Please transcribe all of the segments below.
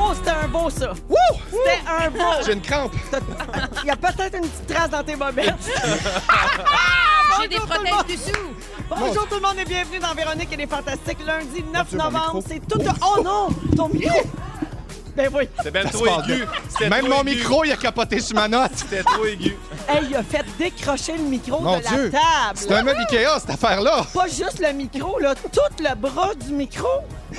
Oh, c'était un beau, ça. Wouh! C'était un beau. J'ai une crampe. Il y a peut-être une petite trace dans tes bobettes. J'ai des Bonjour tout le protèges monde. dessous. Bonjour tout le monde et bienvenue dans Véronique et les Fantastiques. Lundi 9 Dieu, mon novembre, micro. c'est tout... Oh non! Ton micro! Ben oui. C'est ben Ça se trop passe aigu. bien. C'était Même trop mon aigu. micro, il a capoté sur ma note. C'était trop aigu. Hey, il a fait décrocher le micro Mon de Dieu. la table. C'est un meuble Ikea, cette affaire-là. Pas juste le micro, là, tout le bras du micro.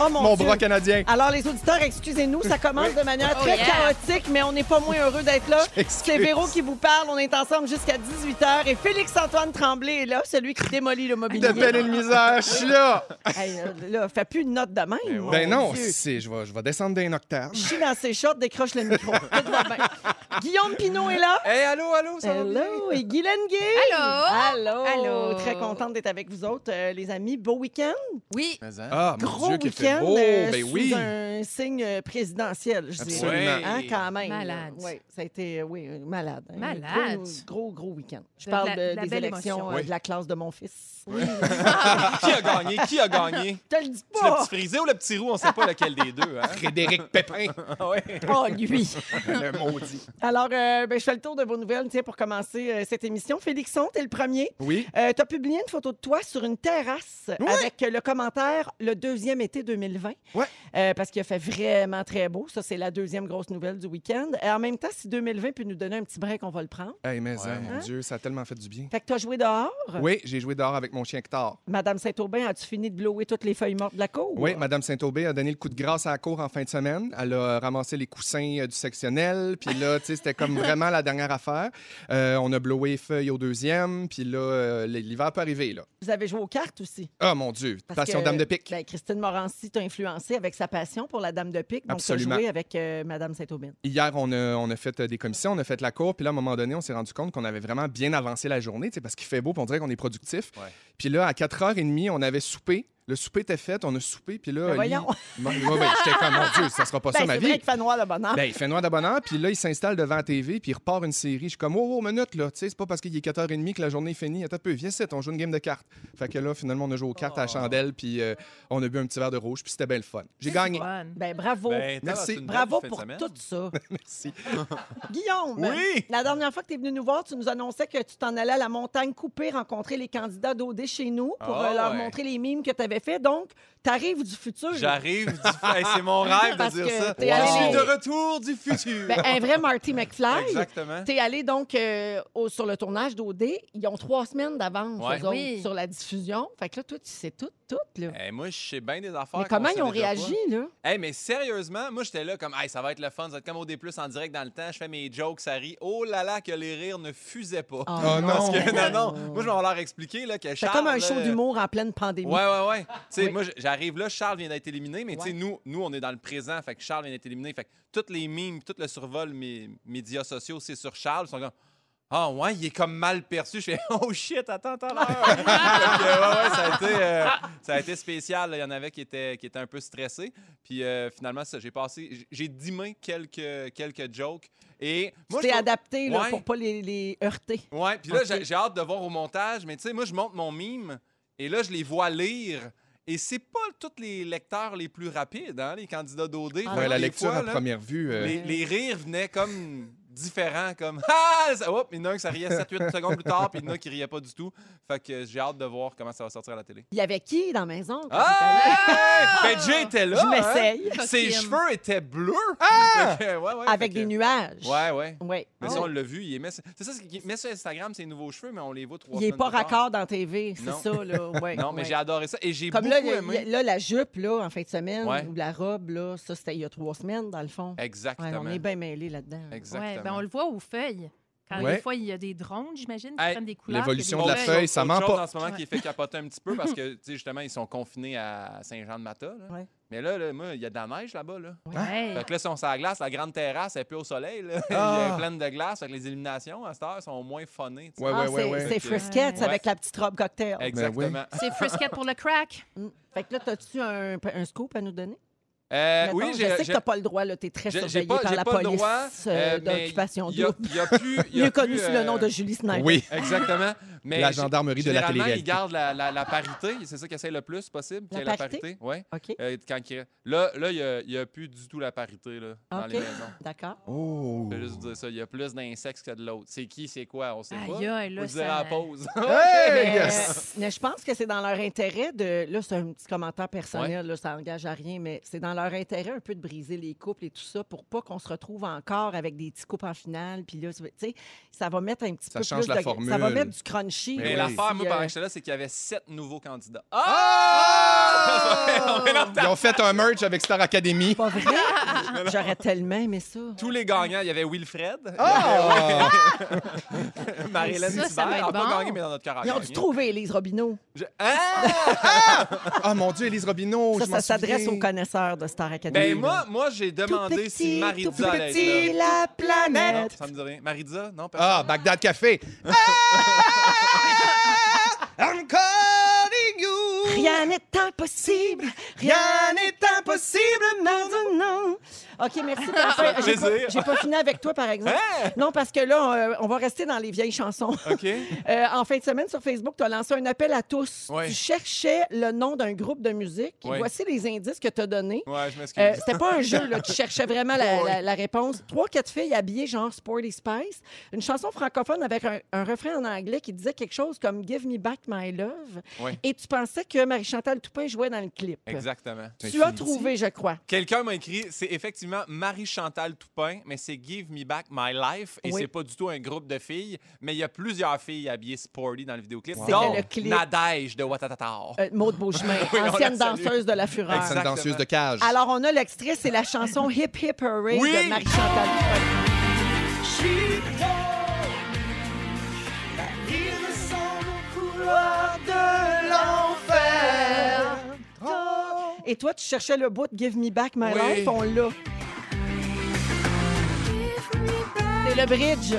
Oh mon, Mon Dieu. bras canadien. Alors, les auditeurs, excusez-nous, ça commence de manière Oh, très yeah. chaotique, mais on n'est pas moins heureux d'être là. J'excuse. C'est Véro qui vous parle. On est ensemble jusqu'à 18h. Et Félix-Antoine Tremblay est là, celui qui démolit le mobilier. De peine et de misère, je suis là. Hey, euh, là, fais plus une note de même. mon Ben non, Dieu. c'est- je vais, je vais descendre d'un octave. Chie dans ses shorts, décroche le micro. Tout va bien. Guillaume Pinot est là. Hey, allô, allô, ça va bien? Hello. Et Guylaine Gay. Allô. Allô. Allô. Très contente d'être avec vous autres, euh, les amis. Beau week-end. Oui. Mais, hein? Ah, mon Gros Dieu, qu'il fait week-end. beau. euh, ben sous oui. un signe euh, présidentiel, je dirais. Absolument. Ouais. Hein, quand même. Malade. Oui, ça a été, euh, oui, euh, malade. hein. Malade. Gros, gros, gros week-end. Je De parle la- de- de la des belle élections émotion. euh, Oui. de la classe de mon fils. Qui a gagné? Qui a gagné? Je te le dis C'est le pas. petit frisé ou le petit roux? On sait pas lequel des deux. Hein? Frédéric Pépin, Ah ouais. Oh, lui. le maudit. Alors, euh, ben, je fais le tour de vos nouvelles tiens, pour commencer euh, cette émission. Félixon, t'es le premier. Oui. tu as publié une photo de toi sur une terrasse avec euh, le commentaire le deuxième été 2020. Ouais. Euh, parce qu'il a fait vraiment très beau. Ça, c'est la deuxième grosse nouvelle du week-end. Et en même temps, si 2020 peut nous donner un petit break, on va le prendre. Hey, mais Ouais. hein, mon Dieu, ça a tellement fait du bien. Fait que tu as joué dehors. Oui, j'ai joué dehors avec mon chien Hector. Madame Saint-Aubin, as-tu fini de blower toutes les feuilles mortes de la cour? Oui, Madame Saint-Aubé a donné le coup de grâce à la cour en fin de semaine. Elle a ramassé les coussins euh, du sectionnel. Puis là, tu sais, c'était comme vraiment la dernière affaire. Euh, on a blowé les feuilles au deuxième. Puis là, euh, l'hiver peut arriver, là. Vous avez joué aux cartes aussi. Ah, mon Dieu. Parce Passion que, dame de pique. ben, Christine Morancy t'a influencé avec sa passion pour la dame de pique. Donc, tu as Absolument. joué avec euh, Madame Saint-Aubin. Hier, on a, on a fait euh, des commissions, on a fait la cour, puis là, à un moment donné, on s'est rendu compte qu'on avait vraiment bien avancé la journée, tu sais, parce qu'il fait beau, puis on dirait qu'on est productif. Ouais. Puis là, à 4h30, on avait soupé. Le souper était fait, on a soupé, puis là. Ben lui- voyons. Mon- ouais, ouais, j'étais comme, mon Dieu, ça sera pas ça Ben, ma c'est vie. vrai qu'il fait noir le bonheur. Ben, il fait noir de bonheur, puis là, il s'installe devant la TV, puis il repart une série. Je suis comme, oh, oh, minute, là, tu sais, c'est pas parce qu'il est 4h30 que la journée est finie. Attends un peu, viens ici, on joue une game de cartes. Fait que là, finalement, on a joué aux cartes à la Oh. chandelle, puis euh, on a bu un petit verre de rouge, puis c'était belle fun. J'ai gagné. Fun. Ben, bravo. Ben, t'as- Merci. c'est une belle Bravo fin de pour semaine. tout ça. Merci. Guillaume, Oui! la dernière fois que tu es venu nous voir, tu nous annonçais que tu t'en allais à la montagne coupée rencontrer les candidats d'OD chez nous pour Ah euh, leur ouais. montrer les mimes que tu avais fait. Donc, tu arrives du futur. J'arrive du Hey, C'est mon rêve de Parce dire que ça. t'es Je allé- suis de retour du futur. Ben, un vrai Marty McFly. Exactement. T'es allé donc euh, au- sur le tournage d'OD. Ils ont trois semaines d'avance Ouais. eux autres, Oui. sur la diffusion. Fait que là, toi, tu sais tout, tout. Là. Hey, moi, je sais bien des affaires. Mais qu'on comment sait ils ont déjà pas. réagi, là? Hey, mais sérieusement, moi, j'étais là comme, hey, ça va être le fun, ça va être comme au D+, en direct dans le temps, je fais mes jokes, ça rit. Oh là là, que les rires ne fusaient pas. Oh non. Parce que, Ah, non, non, moi, je vais leur expliquer, là, que C'est Charles... Ah. Oh. euh, comme un là, show d'humour en pleine pandémie. Ouais, ouais, ouais. Tu sais, Oui. moi, j- j'arrive là, Charles vient d'être éliminé, mais tu Ouais. sais, nous, nous, on est dans le présent, fait que Charles vient d'être éliminé. Fait que toutes les mimes, tout le survol, mes médias sociaux, c'est sur Charles. Ils sont comme, ah ouais, il est comme mal perçu. Je fais, oh shit, attends, attends, là. Fait que, ouais, ouais, ça a été, euh, ça a été spécial. là. Il y en avait qui étaient, qui étaient un peu stressés. Puis euh, finalement, ça, j'ai passé, j- j'ai dimé quelques, quelques jokes. Et Tu moi, je t'es trouve- adapté là, Ouais. pour pas les, les heurter. Ouais, puis là, Ok. j'ai- j'ai hâte de voir au montage, mais tu sais, moi, je monte mon mime et là, je les vois lire. Et c'est pas tous les lecteurs les plus rapides, hein, les candidats d'OD. Ah Fait Ouais, que la des lecture fois, à là, première vue. euh, les, les rires venaient comme différents, comme Ah! Ça- Oups, il y en a un qui ça riait 7-8 secondes plus tard, puis il y en a qui riait pas du tout. Fait que j'ai hâte de voir comment ça va sortir à la télé. Il y avait qui dans la maison? quand t'es allé? Ah! Ben, Jay était là. Je m'essaye. hein. Ses Fucking. euh, cheveux étaient bleus. Ah! Avec des nuages. Ah Ouais, ouais. Oui. Mais ça, on l'a vu, il aimait. ça. C'est ça, c'est qu'il met sur Instagram ses nouveaux cheveux, mais on les voit trois Il est semaines pas plus tard. raccord dans TV, c'est Non. ça, là. Ouais, Non, mais ouais. j'ai adoré ça. Et j'ai Comme beaucoup là, il y a- aimé. là, la jupe, là, en fin de semaine, Ouais. ou la robe, là, ça, c'était il y a trois semaines, dans le fond. Ouais, Exactement. on est bien mêlés là-dedans. Exactement. Ouais, ben on le voit aux feuilles. Quand Ouais. Des fois, il y a des drones, j'imagine, qui Hey, prennent des couleurs. L'évolution de qu'il la y a des Autre feuilles. feuille, chose- ça autre ment chose en pas. ce moment qui fait capoter un petit peu parce que, tu sais, justement, ils sont confinés à Saint-Jean-de-Mata. là. Ouais. Mais là, là, moi, il y a de la neige là-bas. Là. Ouais. Fait que là, ils sont sur la glace. La grande terrasse, elle est plus au soleil. Là. Ah. Elle est pleine de glace. Fait que les illuminations, à cette heure, sont moins funnées. tu sais. Ouais, Ah, ouais, ouais, c'est ouais. c'est Frisquettes Ouais. avec la petite robe cocktail. Exactement. Ben C'est frisquette pour le crack. Mm. Fait que là, as-tu un, un scoop à nous donner? Euh, Mettons, oui, je j'ai- sais que j'ai- t'as pas le droit, là, t'es très j'ai- j'ai surveillé pas- par j'ai la pas le police droit, euh, euh, mais d'occupation Il y a- double. il y a plus. il y a Mieux connu plus, sous le nom euh, de Julie Snyder. Oui, Exactement. Mais la gé- gendarmerie de la généralement, télé ils gardent la, la- la parité. C'est ça qu'ils essayent le plus possible. La qu'il y ait la parité? parité. Ouais. OK, Euh, quand qu'il- Là, là, il n'y a, il y a plus du tout la parité là, dans les OK. maisons. d'accord. Oh! Je vais juste vous dire ça. Il y a plus d'un sexe que de l'autre. C'est qui, c'est quoi, on sait pas. Aïe, aïe, On là, le ça- dira à la pause. Eh Hey, Mais, yes! euh, mais je pense que c'est dans leur intérêt de. Là, c'est un petit commentaire personnel, là, ça engage à rien, mais c'est dans leur intérêt un peu de briser les couples et tout ça pour pas qu'on se retrouve encore avec des petits coupes en finale. Puis là, tu sais, ça va mettre un petit Ça peu change plus la de- Ça va formule. mettre du crunchy. Mais oui. l'affaire, Si, moi, pendant euh, que j'étais là, c'est qu'il y avait sept nouveaux candidats. Ah! On est en retard. Ils ont fait un merch avec Star Academy. Pas vrai? J'aurais tellement aimé ça. Tous les gagnants, il y avait Wilfred, Ah! Marie-Hélène Ça, ça Hubert, va elle être a pas bon. gagné, mais dans notre cœur, elle a Ils ont gagné. dû trouver Élise Robineau. Je- Ah! Ah, mon Dieu, Élise Oh, Robineau, Ça, je m'en ça s'adresse aux souviens. connaisseurs de Star Academy. Ben, moi, moi j'ai demandé si Marie tout Dza allait être petit, là. la Non, planète. ça me dit rien. Maritza? Non, personne. Ah, Bagdad Café. Ah! I'm calling you. Rien n'est impossible. Rien n'est impossible. Non, non, non. OK, merci. Vincent. fait J'ai pas, Ah, plaisir. Hein? j'ai pas fini avec toi, par exemple. Non, parce que là, euh, on va rester dans les vieilles chansons. OK. Euh, en fin de semaine, sur Facebook, tu as lancé un appel à tous. Ouais. Tu cherchais le nom d'un groupe de musique. Ouais. Voici les indices que tu as donnés. Ouais, je m'excuse. Euh, C'était pas un jeu, là. tu cherchais vraiment la, la- la réponse. Trois, quatre filles habillées genre Sporty Spice. Une chanson francophone avec un, un refrain en anglais qui disait quelque chose comme Give me back my love. Ouais. Et tu pensais que Marie-Chantal Toupin jouait dans le clip. Exactement. Tu as trouvé, je crois. Quelqu'un m'a écrit, c'est effectivement Marie-Chantal Toupin, mais c'est Give Me Back My Life. Et Oui. c'est pas du tout un groupe de filles, mais il y a plusieurs filles habillées sporty dans le vidéoclip. C'était dont le clip. Nadège de Watatatar. Euh, Maude Beauchemin, Oui, on la ancienne salue. danseuse de la fureur. C'est une Exactement. danseuse de cage. Alors, on a l'extrait, c'est la chanson Hip Hip Hooray Oui! de Marie-Chantal Toupin. Oh! Et toi, tu cherchais le bout de Give me back my Oui. life, on l'a. C'est le bridge.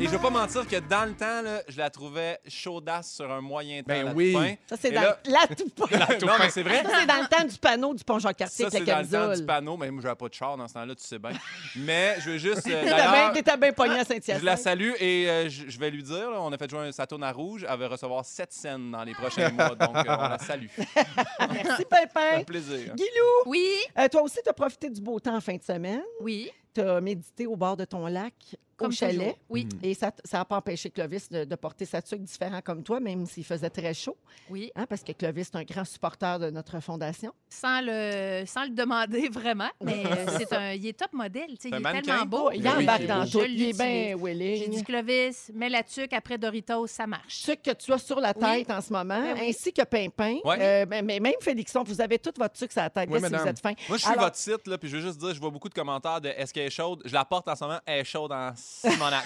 Et je vais pas mentir que dans le temps, là, je la trouvais chaudasse sur un moyen temps. Ben la oui. Toupin. Ça, c'est Et dans là- la Toupin. non, mais c'est vrai. Ça, c'est dans le temps du panneau du poncho quartier Ça, avec la c'est dans le temps du camisole. panneau. Mais moi, j'avais pas de char dans ce temps-là, tu sais bien. Mais je veux juste. euh, T'étais d'ailleurs, bien- T'étais bien pogné à Je la Saint-Hyacinthe. salue et euh, je je vais lui dire, là, on a fait jouer un- sa tourne à rouge, elle va recevoir sept scènes dans les prochains mois, donc euh, on la salue. Merci, Un Pimpin. plaisir. Guilou, Oui, euh, toi aussi, t'as profité du beau temps en fin de semaine. oui. T'as médité au bord de ton lac, Comme au chalet. toujours. Oui, Hmm. Et ça n'a pas empêché Clovis de, de porter sa tuque différent comme toi, même s'il faisait très chaud, oui. hein, parce que Clovis est un grand supporter de notre fondation. Sans le, sans le demander vraiment, mais euh, c'est un, il est top modèle. tu sais, Il un est mannequin. tellement beau. Oui, Il Ben embarque il est dans beau. tout. Je Il est bien l'utilise. J'ai dit, willing. Clovis, mets la tuque après Doritos, ça marche. Tuque que tu as sur la Oui. tête en ce moment, Ben oui. ainsi que Pimpin. Ouais. Euh, mais, mais même Félixon, vous avez toute votre tuque sur la tête, Oui, là, si vous madame. êtes fin. Moi, je suis Alors- votre site, là, puis je veux juste dire, je vois beaucoup de commentaires de est-ce qu'elle est chaude. Je la porte en ce moment, elle est chaude en Simonac.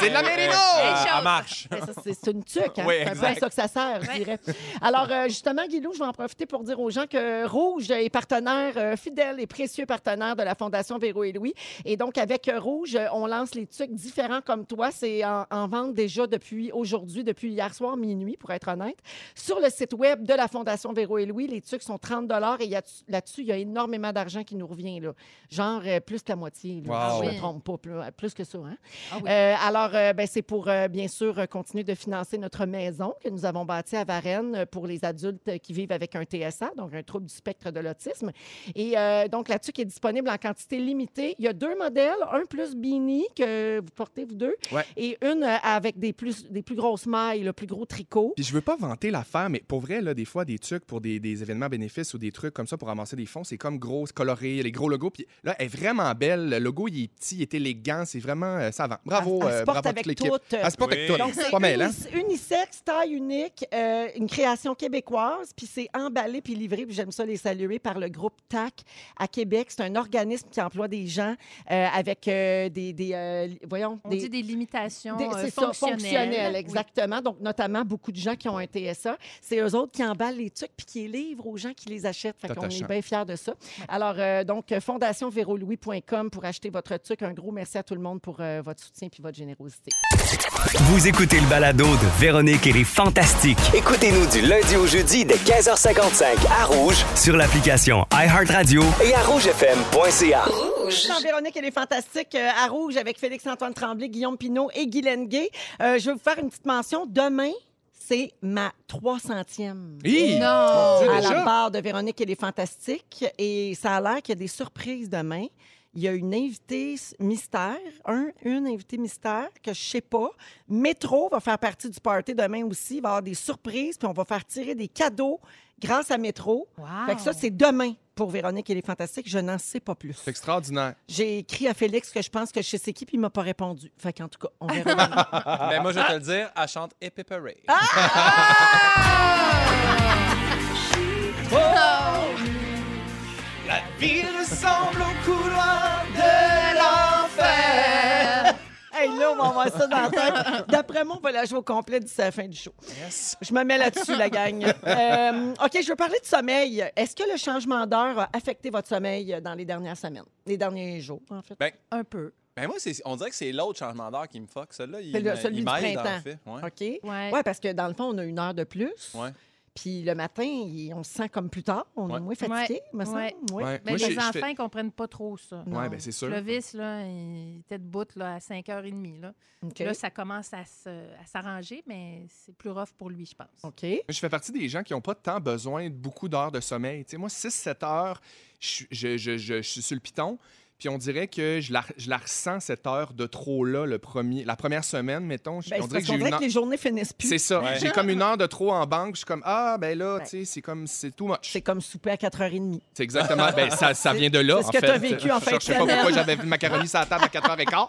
C'est de la mérino! Elle est Elle chaude. marche. Mais ça, C'est c'est une tuque, hein? Oui, c'est un peu à exact. ça que ça sert, je Ouais. dirais. Alors, euh, justement, Guilou, je vais en profiter pour dire aux gens que Rouge est partenaire euh, fidèle et précieux partenaire de la Fondation Véro et Louis. Et donc, avec euh, Rouge, euh, on lance les tucs différents comme toi. C'est en, en vente déjà depuis aujourd'hui, depuis hier soir minuit, pour être honnête. Sur le site web de la Fondation Véro et Louis, les tucs sont 30 et il y a- là-dessus, il y a énormément d'argent qui nous revient, là. genre euh, plus que la moitié, là, Wow. si je Ah Oui. me trompe pas, plus, plus que ça. Hein? Ah oui. Euh, alors, euh, ben, c'est pour, euh, bien sûr, euh, continuer de financer notre maison que nous avons bâtie à Varennes euh, pour les adultes euh, qui vivent avec un TSA, donc un trouble du spectre de l'autisme. Et euh, donc, là-dessus, qui est disponible en quantité limitée. Il y a deux modèles, un plus beanie que vous portez, vous deux, Ouais. et une euh, avec des plus, des plus grosses mailles, le plus gros tricot. Puis je veux pas vanter l'affaire, mais pour vrai, là, des fois, des trucs pour des, des événements bénéfices ou des trucs comme ça pour amasser des fonds, c'est comme gros, coloré, les gros logos. Puis là, elle est vraiment vraiment belle. Le logo, il est petit, il est élégant. C'est vraiment euh, savant. Bravo, Elle- elle se euh, porte bravo à avec toute l'équipe. toutes. Elle se porte avec Oui. tout. Donc, c'est pas mal, hein? unis- unisexe, taille unique, euh, une création québécoise, puis c'est emballé puis livré, puis j'aime ça les saluer, par le groupe TAC à Québec. C'est un organisme qui emploie des gens euh, avec euh, des, des, euh, li- voyons, On des... dit des limitations des- euh, c'est ça, fonctionnelles. fonctionnel, Oui. exactement. Donc, notamment, beaucoup de gens qui ont un TSA, c'est eux autres qui emballent les trucs puis qui les livrent aux gens qui les achètent. Fait C'est qu'on est attachant. bien fiers de ça. Alors, euh, donc, euh, fondationverolouis.com pour acheter votre truc. Un gros merci à tout le monde pour euh, votre soutien puis votre générosité. Vous écoutez le balado de Véronique et les Fantastiques Écoutez-nous du lundi au jeudi dès 15h55 à Rouge sur l'application iHeartRadio. et à rougefm.ca. Dans Véronique, elle est fantastique euh, à Rouge avec Félix-Antoine Tremblay, Guillaume Pinault et Guylaine Gay. Euh, je vais vous faire une petite mention. Demain, c'est ma 300e. Hi! Non. Mon Dieu, à déjà? la barre de Véronique, elle est fantastique. Et ça a l'air qu'il y a des surprises demain. Il y a une invitée s- mystère, un, une invitée mystère que je sais pas. Métro va faire partie du party demain aussi. Il va y avoir des surprises, puis on va faire tirer des cadeaux grâce à Métro. Wow. Fait que ça, c'est demain pour Véronique, elle est fantastique. Je n'en sais pas plus. C'est extraordinaire. J'ai écrit à Félix que je pense que je sais c'est qui, puis il m'a pas répondu. Fait qu'en tout cas, on verra. demain. Mais moi, je vais te le dire, elle chante Hip Hip Hooray. Ah! La ville ressemble au couloir de l'enfer. hey, là, on va avoir ça dans la tête. D'après moi, on va la jouer au complet d'ici la fin du show. Je me mets là-dessus, la gang. Euh, OK, je veux parler de sommeil. Est-ce que le changement d'heure a affecté votre sommeil dans les dernières semaines? Les derniers jours, en fait? Ben, Un peu. ben moi, c'est- on dirait que c'est l'autre changement d'heure qui me fuck. Celui-là, il, C'est le- me- celui il du m'aide, printemps. en fait. Ouais. OK. Ouais. Ouais, parce que dans le fond, on a une heure de plus. Ouais. Puis le matin, il- on se sent comme plus tard. On Ouais. est moins fatigué, me semble. Ouais. Ouais. Ouais. Mais Moi, Ben, les j'ai- je enfants, fais- ils comprennent pas trop ça. Ouais, ben, c'est sûr. Clovis, là, il était debout là, à 5h30. Là. OK. Ben, là, ça commence à se- à s'arranger, mais c'est plus rough pour lui, je pense. OK. Je fais partie des gens qui n'ont pas tant besoin de beaucoup d'heures de sommeil. Tu sais, moi, 6-7 heures, je, suis- je- je- je- je suis sur le piton. Puis on dirait que je la, je la ressens, cette heure de trop-là, le premier- la première semaine, mettons. je- Ben, on c'est dirait parce que qu'on j'ai dirait une heure- que les journées finissent plus. C'est ça. Ouais. J'ai comme une heure de trop en banque. puis Je suis comme, ah, ben là, Ouais. tu sais, c'est comme, c'est too much. C'est comme souper à 4h30. C'est exactement, ben ça, ça vient de là, c'est ce en que fait. t'as vécu en Je- fin de Je sais pas semaine. pourquoi j'avais vu le macaroni sur la table à 4h15.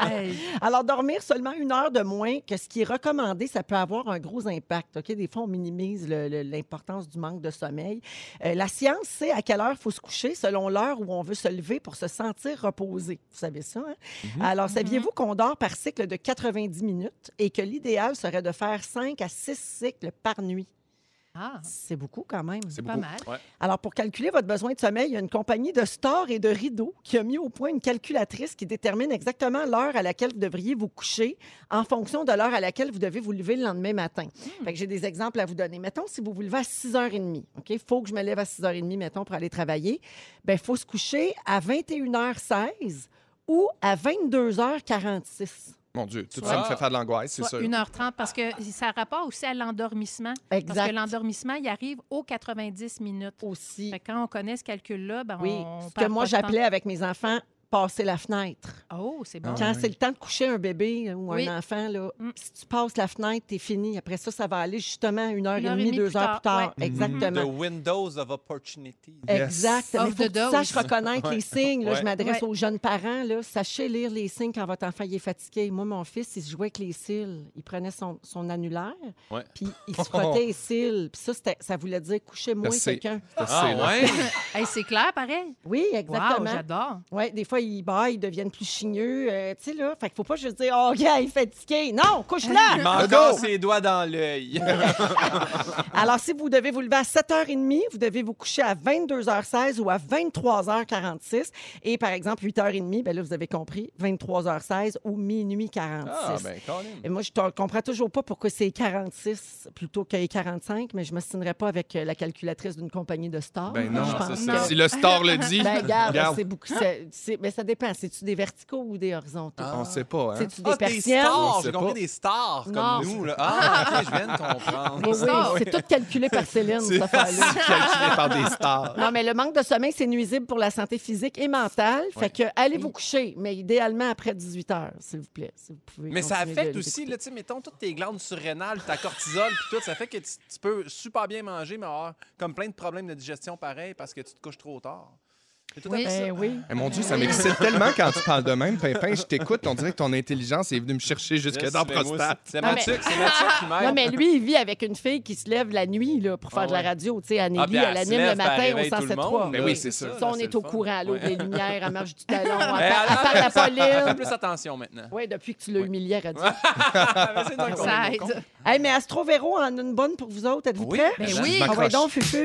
Hey, Alors, dormir seulement une heure de moins que ce qui est recommandé, ça peut avoir un gros impact. OK? Des fois, on minimise le- le- l'importance du manque de sommeil. Euh, la science sait à quelle heure il faut se coucher selon l'heure où on veut se lever pour se sentir reposé. Vous savez ça, hein? Alors, saviez-vous qu'on dort par cycle de 90 minutes et que l'idéal serait de faire 5 à 6 cycles par nuit? ah, C'est beaucoup quand même. C'est pas beaucoup. mal. Alors, pour calculer votre besoin de sommeil, il y a une compagnie de stores et de rideaux qui a mis au point une calculatrice qui détermine exactement l'heure à laquelle vous devriez vous coucher en fonction de l'heure à laquelle vous devez vous lever le lendemain matin. Hmm. Fait que j'ai des exemples à vous donner. Mettons, si vous vous levez à 6h30, OK, il faut que je me lève à 6h30, mettons, pour aller travailler, bien, il faut se coucher à 21h16 ou à 22h46. Mon Dieu, tout Ouais. ça me fait faire de l'angoisse, c'est Soit sûr. 1h30, parce que ça a rapport aussi à l'endormissement. Parce que l'endormissement, il arrive aux 90 minutes. Aussi. Fait que quand on connaît ce calcul-là, ben, Oui, on ce que perd moi, pas de temps. j'appelais avec mes enfants passer la fenêtre. Oh, c'est bon. Ah, Quand oui. c'est le temps de coucher un bébé euh, ou Oui. un enfant, là, Mm. si tu passes la fenêtre, t'es fini. Après ça, ça va aller justement une heure, Une heure et demie, et demie deux plus heures tard, plus tard. ouais. The Exactement. Windows of Opportunity. Yes. Exact. Mais Off faut que the tu dose. saches reconnaître les Ouais. signes. Là, Je Ouais. m'adresse Ouais. aux jeunes parents. Là. Sachez lire les signes quand votre enfant il est fatigué. Moi, mon fils, il se jouait avec les cils. Il prenait son, son annulaire, Ouais. puis il se frottait les cils. Puis ça, c'était- ça voulait dire couchez-moi Merci. quelqu'un. Ah, C'est là. ouais? Hey, c'est clair, pareil. Oui, Wow, exactement. j'adore. Oui, des fois, ils baillent, ils deviennent plus chigneux. euh, tu sais, là, fait qu'il faut pas juste dire, oh, gars, il est fatigué. Non, couche-là! Il m'a encore ses doigts dans l'œil. Alors, si vous devez vous lever à 7h30, vous devez vous coucher à 22h16 ou à 23h46. Et par exemple, 8h30, ben là, vous avez compris, 23h16 ou minuit 46. Ah, ben, Colin. Et moi, je ne comprends toujours pas pourquoi c'est 46 plutôt que 45, mais je ne m'ostinerai pas avec euh, la calculatrice d'une compagnie de stars. hein, Ben Ah, je non, pense c'est que- ça. Si le star le dit, Ben, regarde, Regarde. c'est beaucoup. c'est- c'est- mais ça dépend. C'est-tu des verticaux ou des horizontaux? on sait pas, hein. C'est-tu des Ah, des persiennes? On stars. sait J'ai compris pas. des stars comme Non. nous. Là. Ah, ok, je viens de comprendre. Oui, oui, c'est tout calculé par Céline, cette affaire-là. calculé par des stars. Non, mais le manque de sommeil, c'est nuisible pour la santé physique et mentale. Fait que allez vous coucher, mais idéalement après 18 heures, s'il vous plaît. si vous pouvez Mais ça continuer affecte de- aussi, d'écouter. là, tu sais, mettons, toutes tes glandes surrénales, ta cortisol, puis tout, ça fait que tu, tu peux super bien manger, mais avoir comme plein de problèmes de digestion pareil parce que tu te couches trop tard. Oui, ben oui. Eh, mon Dieu, ça m'excite tellement quand tu parles de même, Pimpin. Je t'écoute, on dirait que ton intelligence est venue me chercher jusque Yes, dans mais moi, prostate. c'est- c'est Non, Mathieu, mais- c'est Mathieu qui m'aide. Non, mais lui, il vit avec une fille qui se lève la nuit là, pour faire Ah de la ouais. radio. Tu sais, Anneli, Ah, puis elle elle se anime le lève, puis elle matin, réveille tout on le s'en monde, Mais Ben oui, c'est ça. Ça, on là, est, c'est au le fun. courant, à l'aube Ouais. des lumières, à marche du talon, à, Eh, part- à part la Fais Pauline. plus attention maintenant. Oui, depuis que tu l'as humilié à radio. Ah, mais c'est donc qu'on Ça est aide. bon con. Hey, mais Astro Véro en a une bonne pour vous autres. Êtes-vous Oui, prêts? Ben Je oui. Ah ouais, m'accroche. donc, Fufu.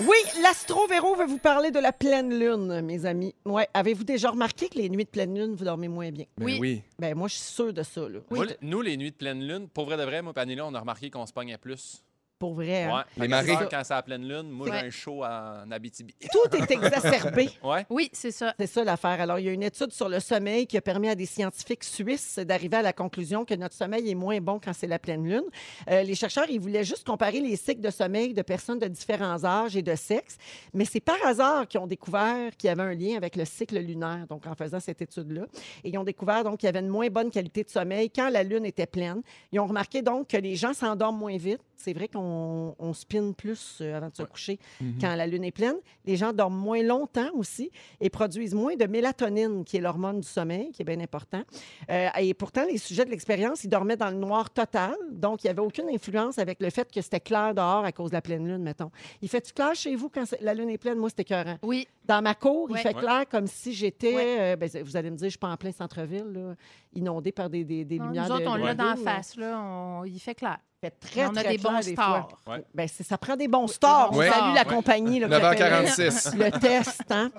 Oui, l'Astro Véro veut vous parler de la pleine lune, mes amis. Ouais, avez-vous déjà remarqué que les nuits de pleine lune, vous dormez moins bien? Ben Oui. oui. Ben moi, je suis sûre de ça, là. Moi, le- nous, les nuits de pleine lune, pour vrai de vrai, moi, Panela, on a remarqué qu'on se pognait plus. Pour vrai. hein. Ouais. Fait que marées. souvent, Quand c'est à pleine lune, moi, j'ai Ouais. un show en Abitibi. Tout est exacerbé. Ouais. Oui, c'est ça. C'est ça l'affaire. Alors, il y a une étude sur le sommeil qui a permis à des scientifiques suisses d'arriver à la conclusion que notre sommeil est moins bon quand c'est la pleine lune. Euh, les chercheurs, ils voulaient juste comparer les cycles de sommeil de personnes de différents âges et de sexes, mais c'est par hasard qu'ils ont découvert qu'il y avait un lien avec le cycle lunaire, donc en faisant cette étude-là. Et ils ont découvert donc qu'il y avait une moins bonne qualité de sommeil quand la lune était pleine. Ils ont remarqué donc que les gens s'endorment moins vite. C'est vrai qu'on on spinne plus euh, avant de se coucher quand la lune est pleine. Les gens dorment moins longtemps aussi et produisent moins de mélatonine, qui est l'hormone du sommeil, qui est bien important. Euh, et pourtant, les sujets de l'expérience, ils dormaient dans le noir total. Donc, il n'y avait aucune influence avec le fait que c'était clair dehors à cause de la pleine lune, mettons. Il fait-tu clair chez vous quand c'est- la lune est pleine? Moi, c'était écœurant. Oui. Dans ma cour, Ouais. il fait Ouais. clair comme si j'étais, Ouais. euh, ben, vous allez me dire, je suis pas en plein centre-ville, là, inondée par des, des, des Non, lumières nous autres, de- euh. on de l'a dans la lune, face. Là, on... Il fait clair. mais fait très, on a très des clair bons des fois. stars. Ouais. Ben, c'est- ça prend des bons stars. des bons On salue stars. la Ouais. compagnie. là, que j'appelle- 9h46. le test. hein.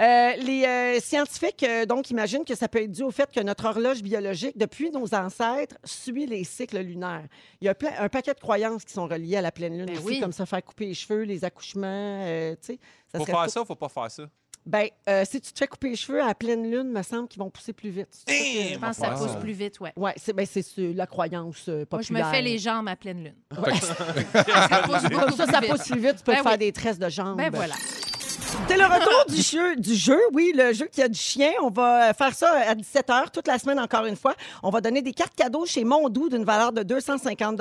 Euh, les euh, scientifiques, euh, donc, imaginent que ça peut être dû au fait que notre horloge biologique, depuis nos ancêtres, suit les cycles lunaires. Il y a plein- un paquet de croyances qui sont reliées à la pleine lune, Ben aussi, oui. comme se faire couper les cheveux, les accouchements, euh, tu sais. Faut serait faire tout- ça ou faut pas faire ça? Ben, euh, si tu te fais couper les cheveux à la pleine lune, me semble qu'ils vont pousser plus vite. Eh, Je pense que ça Wow. pousse plus vite, ouais. Oui, c'est ben, c'est sur la croyance euh, Moi, je populaire. me fais les jambes à pleine lune. Fait que- Ça pousse beaucoup Comme ça, ça plus pousse vite. plus vite. Tu peux Ben te faire oui. des tresses de jambes. Ben voilà. C'est le retour du jeu, du jeu, oui, le jeu qui a du chien. On va faire ça à 17h toute la semaine, encore une fois. On va donner des cartes cadeaux chez Mondou d'une valeur de 250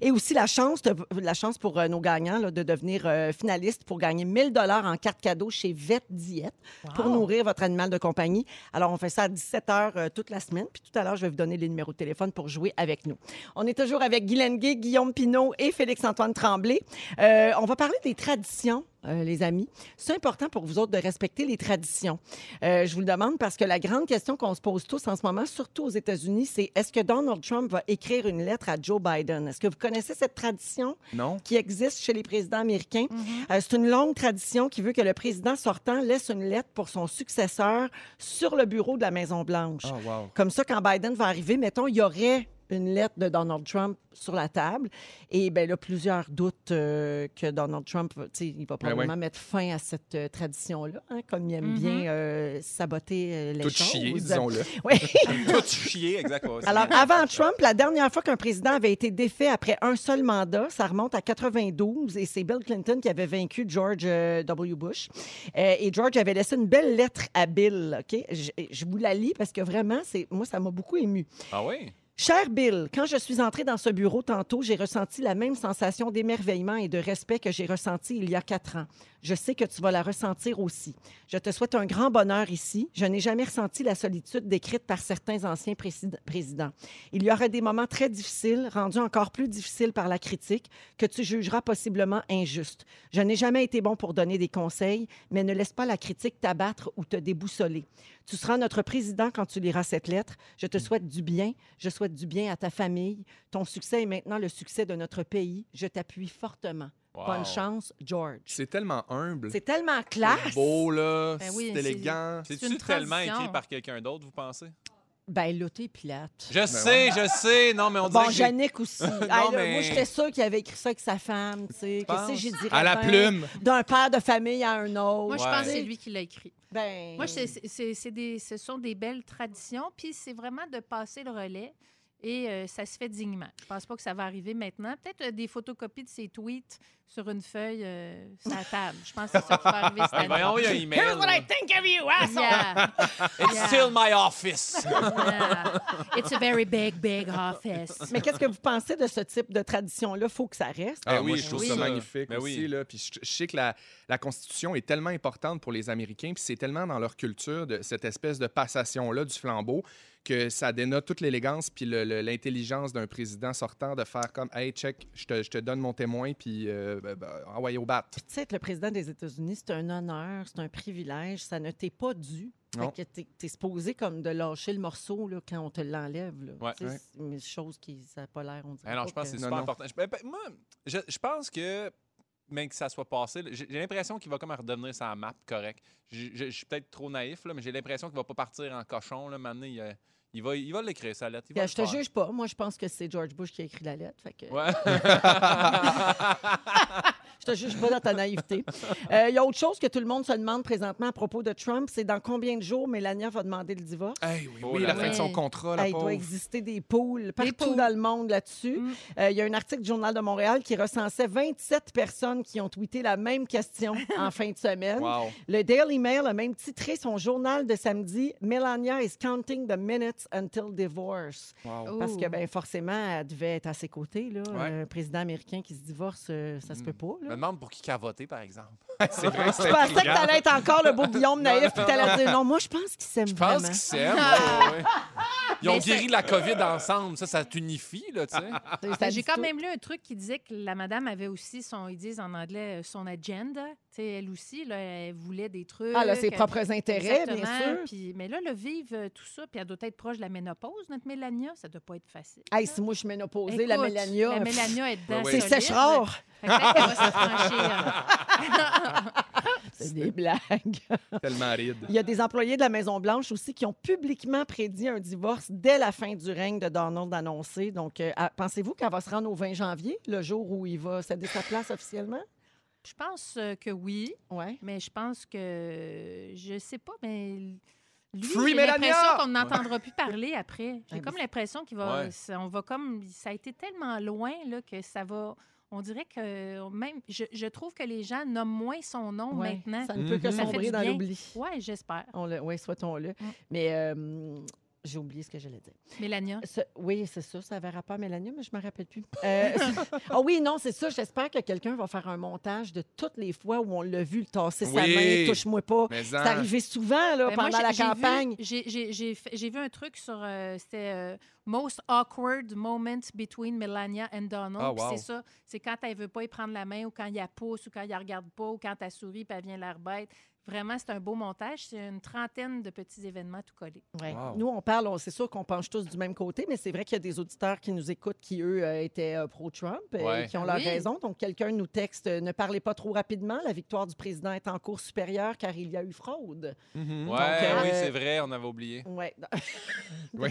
et aussi la chance, de- la chance pour euh, nos gagnants là, de devenir euh, finalistes pour gagner 1000 en cartes cadeaux chez Vet Diète pour nourrir votre animal de compagnie. Alors, on fait ça à 17h toute la semaine. Puis tout à l'heure, je vais vous donner les numéros de téléphone pour jouer avec nous. On est toujours avec Guylaine Gay, Guillaume Pinault et Félix-Antoine Tremblay. Euh, on va parler des traditions, euh, les amis. C'est important pour vous autres de respecter les traditions. Euh, je vous le demande parce que la grande question qu'on se pose tous en ce moment, surtout aux États-Unis, c'est est-ce que Donald Trump va écrire une lettre à Joe Biden? Est-ce que vous connaissez cette tradition? non. qui existe chez les présidents américains. Euh, c'est une longue tradition qui veut que le président sortant laisse une lettre pour son successeur sur le bureau de la Maison-Blanche. Oh, wow. Comme ça, quand Biden va arriver, mettons, il y aurait une lettre de Donald Trump sur la table. Et ben là, plusieurs doutent euh, que Donald Trump, tu sais, il va probablement ouais. mettre fin à cette euh, tradition-là, hein, comme il aime Mhm. bien euh, saboter euh, les Tout choses. chier, disons-le. Oui. Tout chier, exact. ouais, c'est Alors, bien. avant Trump, la dernière fois qu'un président avait été défait après un seul mandat, ça remonte à 92 et c'est Bill Clinton qui avait vaincu George euh, W. Bush. Euh, et George avait laissé une belle lettre à Bill. OK? Je, je vous la lis parce que vraiment, c'est moi, ça m'a beaucoup ému. Ah oui? Cher Bill, quand je suis entré dans ce bureau tantôt, j'ai ressenti la même sensation d'émerveillement et de respect que j'ai ressenti il y a quatre ans. Je sais que tu vas la ressentir aussi. Je te souhaite un grand bonheur ici. Je n'ai jamais ressenti la solitude décrite par certains anciens présid- présidents. Il y aura des moments très difficiles, rendus encore plus difficiles par la critique, que tu jugeras possiblement injustes. Je n'ai jamais été bon pour donner des conseils, mais ne laisse pas la critique t'abattre ou te déboussoler. Tu seras notre président quand tu liras cette lettre. Je te souhaite du bien. Je souhaite du bien à ta famille. Ton succès est maintenant le succès de notre pays. Je t'appuie fortement. Wow. Bonne chance, George. C'est tellement humble. C'est tellement classe. C'est beau, là. Ben oui, c'est c'est- élégant. C'est C'est-tu une tellement tradition. écrit par quelqu'un d'autre, vous pensez? Ben là, t'es plate. Je sais, je sais. Non, mais on dirait Ben Bon, que j'ai- Yannick aussi. Hey, là, mais- Moi, j'étais sûre qu'il avait écrit ça avec sa femme. tu sais. Qu'est-ce penses? que j'y dirais? À la bien plume. D'un père de famille à un autre. Moi, je Ouais. pense que c'est lui qui l'a écrit. Ben... Moi, c'est- c'est- c'est des- ce sont des belles traditions, puis c'est vraiment de passer le relais. et euh, ça se fait dignement. Je pense pas que ça va arriver maintenant. Peut-être euh, des photocopies de ses tweets sur une feuille euh, sur la table. Je pense que c'est ça qui va arriver cette Ben année. voyons, il y a un email. Here's what I think of you, asshole! Yeah. It's Yeah. still my office. Yeah. It's a very big, big office. Mais qu'est-ce que vous pensez de ce type de tradition-là? faut que ça reste. Ah, Ben oui, oui, je trouve oui. ça Oui. magnifique Ben oui. aussi. Là. Puis je, je sais que la, la Constitution est tellement importante pour les Américains, puis c'est tellement dans leur culture, de, cette espèce de passation-là du flambeau, que ça dénote toute l'élégance puis le- le- l'intelligence d'un président sortant de faire comme « Hey, check, je te, je te donne mon témoin, puis euh, ben, ben, envoyez au bat. Puis, tu sais, être le président des États-Unis, c'est un honneur, c'est un privilège, ça ne t'est pas dû. Non. Fait que t'es, t'es supposé comme de lâcher le morceau là, quand on te l'enlève. Là. Ouais. Tu sais, Ouais. c'est une chose qui ça n'a pas l'air, on dirait. Ah non, pas je pense que c'est que- super Non, non. important. Je, ben, ben, moi, je, je pense que, même que ça soit passé, là, j'ai j'ai l'impression qu'il va comme redevenir sa map correct. Je, je- je suis peut-être trop naïf, là, mais j'ai l'impression qu'il va pas partir en cochon. Là, maintenant, il, euh, il va il va l'écrire, sa lettre. Il Puis, euh, va le je te faire. juge pas. Moi, je pense que c'est George Bush qui a écrit la lettre. Fait que Ouais. Je te juge pas dans ta naïveté. Euh, Il y a autre chose que tout le monde se demande présentement à propos de Trump, c'est dans combien de jours Mélania va demander le divorce? Hey, oui, Oh oui, là la là. fin de son Ouais. contrat, la Hey, il doit pauvre. exister des poules partout poules. dans le monde là-dessus. Mm. Euh, Il y a un article du Journal de Montréal qui recensait 27 personnes qui ont tweeté la même question en fin de semaine. wow. Le Daily Mail a même titré son journal de samedi Melania is counting the minutes until divorce. Wow. Parce que Ouh. ben, forcément, elle devait être à ses côtés. Là. Ouais. Un président américain qui se divorce, euh, ça se peut pas. Je là. me demande pour qui qu'elle a voté, par exemple. C'est vrai que c'est Je pensais que intriguant. t'allais être encore le beau Guillaume naïf, puis t'allais dire non, moi, je pense qu'il s'aime Je pense vraiment. Ah, qu'ils s'aiment. ouais, ouais. Ils ont Mais guéri c'est- la COVID ensemble. Ça, ça t'unifie, là, tu sais. C'est- ça Ben, dit J'ai quand tout. même lu un truc qui disait que la madame avait aussi son, ils disent en anglais, euh, son agenda. Tu sais, elle aussi, là, elle voulait des trucs. Ah, là, ses elle- propres intérêts, bien Exactement. sûr. Puis, mais là, le vivre euh, tout ça, puis elle doit être proche de la ménopause, notre Mélania, ça doit pas être facile. Hey, si moi, je suis ménopausée, la Écoute, Mélania. La pff, Mélania est Ouais, dedans. C'est ouais. solide. sèche rare. Fait que peut-être qu'elle va s'affranchir. C'est des blagues. tellement aride. Il y a des employés de la Maison-Blanche aussi qui ont publiquement prédit un divorce dès la fin du règne de Donald annoncé. Donc, euh, à- pensez-vous qu'elle va se rendre au 20 janvier, le jour où il va céder sa place officiellement? Je pense euh, que oui, Oui. mais je pense que je sais pas, mais lui, Free j'ai Mélania! l'impression qu'on n'entendra plus parler après. Ah, J'ai comme mais- l'impression qu'il va, Ouais. ça- on va comme, ça a été tellement loin là, que ça va. On dirait que même, je, je trouve que les gens nomment moins son nom maintenant. Ça ne peut que Mhm. Ça fait sombrer du dans bien. l'oubli. Ouais, j'espère. Oui, souhaitons-le. Mm. Mais euh, j'ai oublié ce que j'allais dire. Mélania. Ce- oui, c'est ça. Ça avait rapport à Mélanie, mais je ne me rappelle plus. Euh, ah oui, non, c'est ça. J'espère que quelqu'un va faire un montage de toutes les fois où on l'a vu le tasser sa Oui. main, touche-moi pas. Mais C'est arrivé souvent là, Ben, moi, pendant j'ai- la j'ai vu- campagne. J'ai j'ai- j'ai fait- j'ai vu un truc sur. euh, C'était euh, Most Awkward Moment Between Melania and Donald. Ah, Puis wow. C'est ça. C'est quand elle veut pas y prendre la main ou quand il la pousse ou quand il la regarde pas ou quand elle sourit puis elle vient l'air bête. Vraiment, c'est un beau montage. C'est une trentaine de petits événements tout collés. Ouais. Oh. Wow. Nous, on parle, on- c'est sûr qu'on penche tous du même côté, mais c'est vrai qu'il y a des auditeurs qui nous écoutent qui, eux, euh, étaient euh, pro-Trump et Ouais. qui ont Ah leur oui. raison. Donc, quelqu'un nous texte euh, Ne parlez pas trop rapidement, la victoire du président est en cours supérieure car il y a eu fraude. Mhm. Mm-hmm. Ouais, euh, oui, c'est vrai, on avait oublié. Ouais. Oui.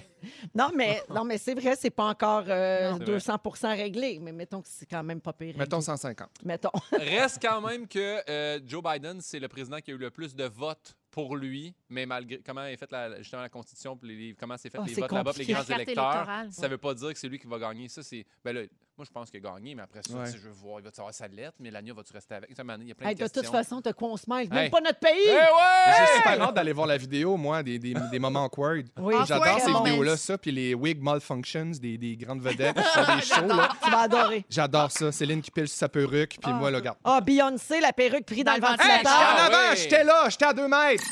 non, mais, non, mais c'est vrai, c'est pas encore euh, Non. 200 réglé, mais mettons que c'est quand même pas pire. Mettons réglé. 150. Mettons. Reste quand même que euh, Joe Biden, c'est le président qui a eu le plus de votes pour lui, mais malgré comment est faite la, justement la Constitution, puis les- comment c'est fait Ah, les c'est votes là-bas, puis compliqué. les grands La carte électeurs, électorale. ça veut pas dire que c'est lui qui va gagner. Ça, c'est. Ben là, moi, je pense qu'il a gagné, mais après ça, Ouais. tu sais, je veux voir, il va savoir sa lettre, Mélania, va-tu rester avec? Ça, Mané, Il y a plein Hey, de de questions. toute façon, de quoi on se mêle? Même Hey. pas notre pays! Eh ouais! J'ai super hâte d'aller voir la vidéo, moi, des, des, des moments awkward. Oui, J'adore Awkward ces moments. vidéos-là, ça, puis les wig malfunctions des, des grandes vedettes qui font des shows, là. Oh tu vas adorer. J'adore ça. Céline qui pile sur sa perruque, puis moi, là, regarde. Ah, Beyoncé, la perruque prise dans, Dans le le ventilateur. En Ah, avant, oui. j'étais là, j'étais à deux mètres.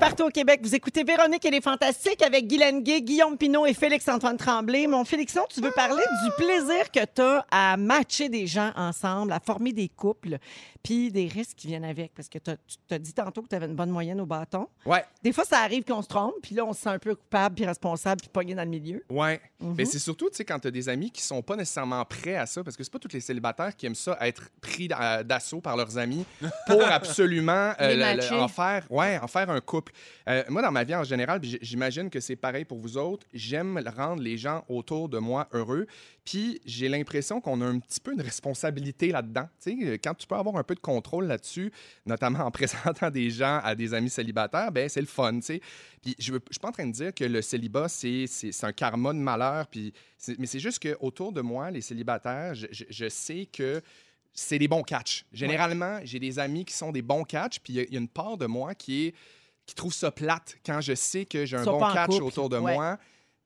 Partout au Québec, vous écoutez Véronique et les Fantastiques avec Guylaine Gay, Guillaume Pinot et Félix-Antoine Tremblay. Mon Félixon, tu veux parler du plaisir que tu as à matcher des gens ensemble, à former des couples, puis des risques qui viennent avec. Parce que t'as- tu t'as dit tantôt que tu avais une bonne moyenne au bâton. Ouais. Des fois, ça arrive qu'on se trompe, puis là, on se sent un peu coupable, puis responsable, puis pogné dans le milieu. Ouais. Mais c'est surtout, tu sais, quand t'as des amis qui sont pas nécessairement prêts à ça, parce que c'est pas tous les célibataires qui aiment ça, être pris d'a- d'assaut par leurs amis pour absolument euh, Les le- le- matcher. en, faire, ouais, en faire un couple. couple. Euh, moi, dans ma vie en général, puis j- j'imagine que c'est pareil pour vous autres, j'aime rendre les gens autour de moi heureux. Puis j'ai l'impression qu'on a un petit peu une responsabilité là-dedans. Tu sais, euh, quand tu peux avoir un peu de contrôle là-dessus, notamment en présentant des gens à des amis célibataires, ben c'est le fun, tu sais. Puis je ne suis pas en train de dire que le célibat, c'est c'est- c'est un karma de malheur. Puis c'est- mais c'est juste que autour de moi, les célibataires, je, je- je sais que c'est des bons catchs. Généralement, j'ai des amis qui sont des bons catchs, puis il y a- il y, a une part de moi qui est qui trouve ça plate quand je sais que j'ai un Sont bon pas en catch couple, autour de ouais. moi,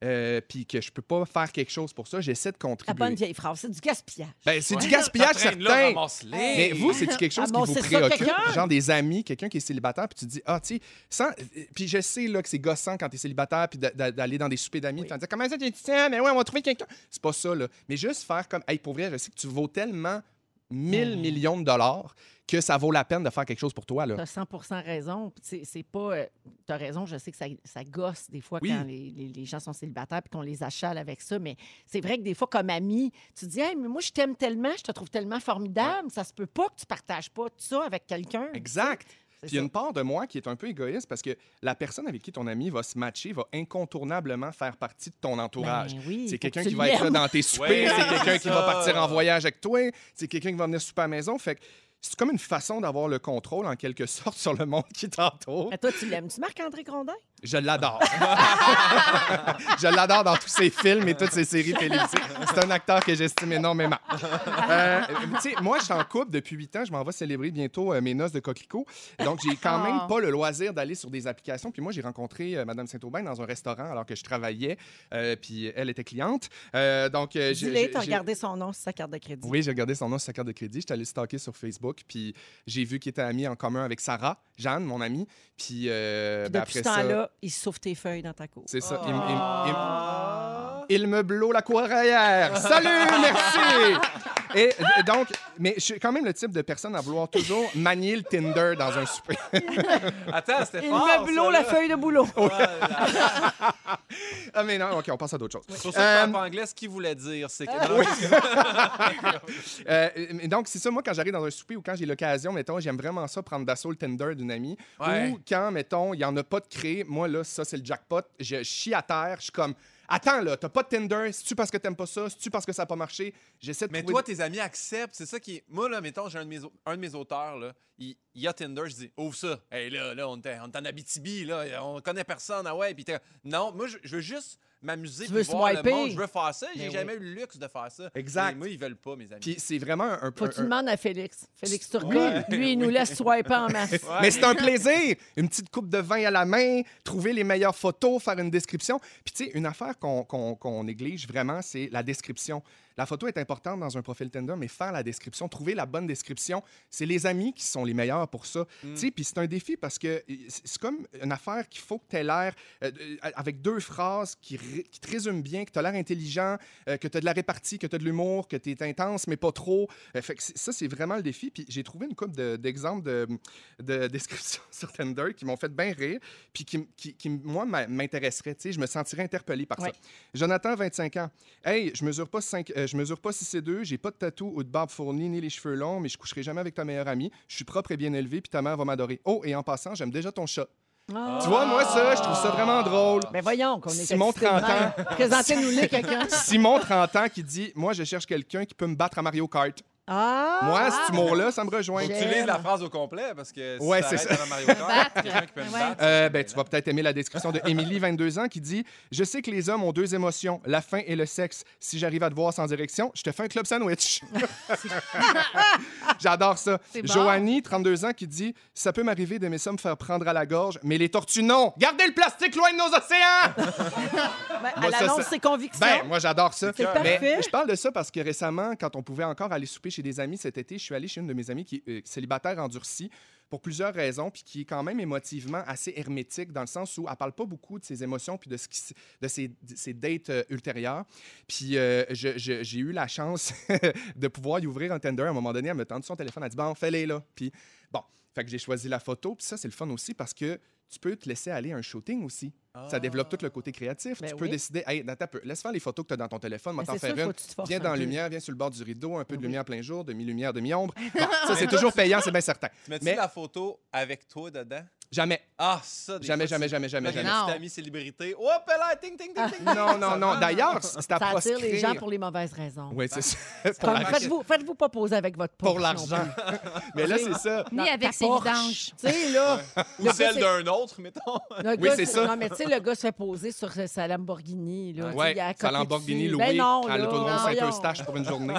euh, puis que je peux pas faire quelque chose pour ça. J'essaie de La bonne contribuer. vieille phrase, c'est du gaspillage. Ben, c'est du Ouais. gaspillage T'entraînes certain. là, ramasse-les. Mais vous, c'est quelque chose qui Ramassez vous Ah, ça, préoccupe, quelqu'un. genre des amis, quelqu'un qui est célibataire, puis tu te dis ah tu sais, sans... puis je sais là que c'est gossant quand t'es célibataire, puis d'a- d'a- d'aller dans des soupers d'amis, puis de dire comment ça t'es tiens, mais ouais, on va trouver quelqu'un. C'est pas ça là, mais juste faire comme hey pour vrai, je sais que tu vaux tellement Mm. 1000 millions de dollars que ça vaut la peine de faire quelque chose pour toi là. T'as 100 raison. Puis C'est c'est pas. euh, T'as raison, je sais que ça, ça gosse des fois Oui. quand les, les- les gens sont célibataires puis qu'on les achale avec ça. Mais c'est vrai que des fois, comme ami, tu te dis, Hey, mais moi, je t'aime tellement, je te trouve tellement formidable, ça se peut pas que tu partages pas tout ça avec quelqu'un. Exact. C'est Puis il y a ça. une part de moi qui est un peu égoïste parce que la personne avec qui ton ami va se matcher va incontournablement faire partie de ton entourage. Ben oui, faut c'est quelqu'un que tu qui va être là l'aimes. dans tes soupers, Ouais, c'est c'est quelqu'un qui ça. va partir en voyage avec toi, c'est quelqu'un qui va venir souper à la maison. Fait que c'est comme une façon d'avoir le contrôle en quelque sorte sur le monde qui t'entoure. Mais toi, tu l'aimes. Tu Marc-André Grondin? Je l'adore. je l'adore dans tous ses films et toutes ses séries télévisées. C'est un acteur que j'estime énormément. Euh, tu sais, moi, je suis en couple depuis huit ans. Je m'en vais célébrer bientôt euh, mes noces de coquelicot. Donc, j'ai quand Oh. Ah. même pas le loisir d'aller sur des applications. Puis moi, j'ai rencontré euh, Madame Saint-Aubin dans un restaurant alors que je travaillais. Euh, puis elle était cliente. Euh, donc, euh, j'ai- Dis-le, j'ai- t'as j'ai- regardé son nom sur sa carte de crédit. oui, j'ai regardé son nom sur sa carte de crédit. J'étais allé stalker sur Facebook, puis j'ai vu qu'il était ami en commun avec Sarah, Jeanne, mon amie. Puis, euh, Puis ben, depuis ce après ça- temps-là, il souffle tes feuilles dans ta cour. c'est ça. Il, me- il me- il Ah. me- il me blow la courrière. Salut, merci. Et euh, donc, mais je suis quand même le type de personne à vouloir toujours manier le Tinder dans un souper. Ah. Attends, c'était Il fort. me ça, blot là. la feuille de boulot. Voilà. Ah, mais non, OK, on passe à d'autres choses. Sur ce que Euh, en anglais, ce qu'il voulait dire, c'est Ah. que. Euh, mais donc, c'est ça, moi, quand j'arrive dans un souper ou quand j'ai l'occasion, mettons, j'aime vraiment ça, prendre d'assaut le Tinder d'une amie. Ouais. Ou quand, mettons, il n'y en a pas de créé, moi, là, ça, c'est le jackpot. Je chie à terre, je suis comme, attends, là, t'as pas de Tinder, c'est-tu parce que t'aimes pas ça, c'est-tu parce que ça n'a pas marché? J'essaie de Mais trouver- toi, tes amis acceptent. C'est ça qui. est- Moi, là, mettons, j'ai un, de mes au- un de mes auteurs, là. Il, il a Tinder, je dis, ouvre ça. Hé, là, là, on est on est en Abitibi, là. On connaît personne. Ah ouais. Puis t'es- non, moi, je, je veux juste m'amuser. Tu puis veux voir le swiper. monde. Je veux faire ça. Mais J'ai oui. jamais eu le luxe de faire ça. Exact. Mais moi, ils veulent pas, mes amis. Puis c'est vraiment un peu. Faut que tu demandes à Félix. Félix Turcotte, Ouais. lui, il nous laisse swiper en masse. Mais c'est un plaisir. Une petite coupe de vin à la main, trouver les meilleures photos, faire une description. Puis, tu sais, une affaire qu'on qu'on- qu'on néglige vraiment, c'est la description. La photo est importante dans un profil Tinder, mais faire la description, trouver la bonne description, c'est les amis qui sont les meilleurs pour ça. Tu sais, puis c'est un défi parce que euh, c'est c'est comme une affaire qu'il faut que tu aies l'air euh, euh, avec deux phrases qui, ré- qui te résument bien, que tu as l'air intelligent, euh, que tu as de la répartie, que tu as de l'humour, que tu es intense, mais pas trop. Euh, fait que c'est- ça, c'est vraiment le défi. Puis j'ai trouvé une couple de- d'exemples de, de descriptions sur Tinder qui m'ont fait bien rire, puis qui, m- qui, qui, moi, m'a- m'intéresseraient. Tu sais, je me sentirais interpellé par Ouais. ça. Jonathan, 25 ans. Hey, je mesure pas 5, je mesure pas 6 et 2, j'ai pas de tatou ou de barbe fournie, ni les cheveux longs, mais je coucherai jamais avec ta meilleure amie. Je suis propre et bien élevé, puis ta mère va m'adorer. Oh, et en passant, j'aime déjà ton chat. Ah. Tu vois, moi, ça, je trouve ça vraiment drôle. Ben voyons qu'on est Simon, excités de 30 ans. même. Présentez-nous-les quelqu'un. Simon, 30 ans, qui dit Moi, je cherche quelqu'un qui peut me battre à Mario Kart. Ah! Moi, cet humour-là, ça me rejoint. Faut que tu lises la phrase au complet parce que si Ouais, t'arrêtes c'est ça. à Mario Kart, quelqu'un qui peut me Ouais. battre. Euh, ben, tu vas peut-être aimer la description de Émilie, 22 ans, qui dit Je sais que les hommes ont deux émotions, la faim et le sexe. Si j'arrive à te voir sans direction, je te fais un club sandwich. J'adore ça. C'est bon. Joanie, 32 ans, qui dit Ça peut m'arriver d'aimer ça me faire prendre à la gorge, mais les tortues, non Gardez le plastique loin de nos océans Ben, Moi, elle ça, annonce ça- ses convictions. Ben, moi, j'adore ça. C'est parfait. Mais je parle de ça parce que récemment, quand on pouvait encore aller souper chez des amis cet été, je suis allé chez une de mes amies qui est euh, célibataire endurcie pour plusieurs raisons, puis qui est quand même émotivement assez hermétique dans le sens où elle parle pas beaucoup de ses émotions puis de, ce qui s- de ses, de ses dates euh, ultérieures. Puis euh, je- je- j'ai eu la chance de pouvoir y ouvrir un Tinder. À un moment donné, elle me tendit son téléphone, elle dit ben, « Bon, fais-les, là ». Puis bon, fait que j'ai choisi la photo. Puis ça, c'est le fun aussi parce que tu peux te laisser aller à un shooting aussi. Ça développe tout le côté créatif. Ben tu peux oui. décider, hey, attends un peu, laisse faire les photos que tu as dans ton téléphone, Mais moi t'en Ben, c'est sûr, faire faut une. que tu te forces Viens un dans la peu. lumière, viens sur le bord du rideau, un peu de Oui. lumière plein jour, demi-lumière, demi-ombre. Bon, ça, c'est toujours payant, c'est bien certain. Tu mets-tu Mais- la photo avec toi dedans? Jamais. Ah, ça, des Jamais, fois, jamais, c'est- jamais, jamais, Fait que jamais. Une petite amie célébrité. Hop là, ting, ting, ting, Ah. ting. Non, non, Ça non. va. D'ailleurs, c'est à Ça attire les gens proscrire. pour les mauvaises raisons. Oui, c'est ça. Pour Comme, la- faites-vous, faites-vous pas poser avec votre Pour Porsche non l'argent. plus. Mais là, c'est ça. Ni Ta avec ses Porsche. vidanges. Tu sais, là. le Ou gars, celle c'est- d'un autre, mettons. Le Oui, gars, c'est c'est- ça. Non, mais tu sais, le gars se fait poser sur euh, sa Lamborghini. Là, Tu sais, Ouais, il a à sa côté Lamborghini dessus. louée Ben non, à là, l'autodrome non, Saint-Eustache pour une journée.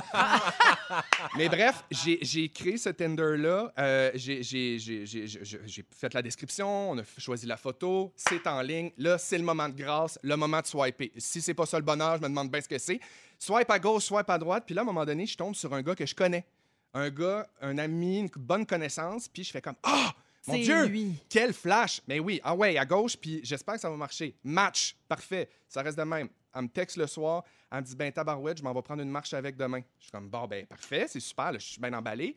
Mais bref, j'ai- j'ai créé ce Tinder-là. euh, j'ai- j'ai j'ai- j'ai- j'ai- j'ai fait la description, on a f- choisi la photo, c'est en ligne. Là, c'est le moment de grâce, le moment de swiper. Si c'est pas ça le bonheur, je me demande bien ce que c'est. Swipe à gauche, swipe à droite. Puis là, à un moment donné, je tombe sur un gars que je connais. Un gars, un ami, une bonne connaissance. Puis je fais comme Ah! Mon C'est Dieu! lui. Quel flash! Mais oui, ah ouais, à gauche, puis j'espère que ça va marcher. Match, parfait. Ça reste de même. Elle me texte le soir, elle me dit Ben, tabarouette, je m'en vais prendre une marche avec demain. Je suis comme Bon, ben, parfait, c'est super, là, je suis bien emballé.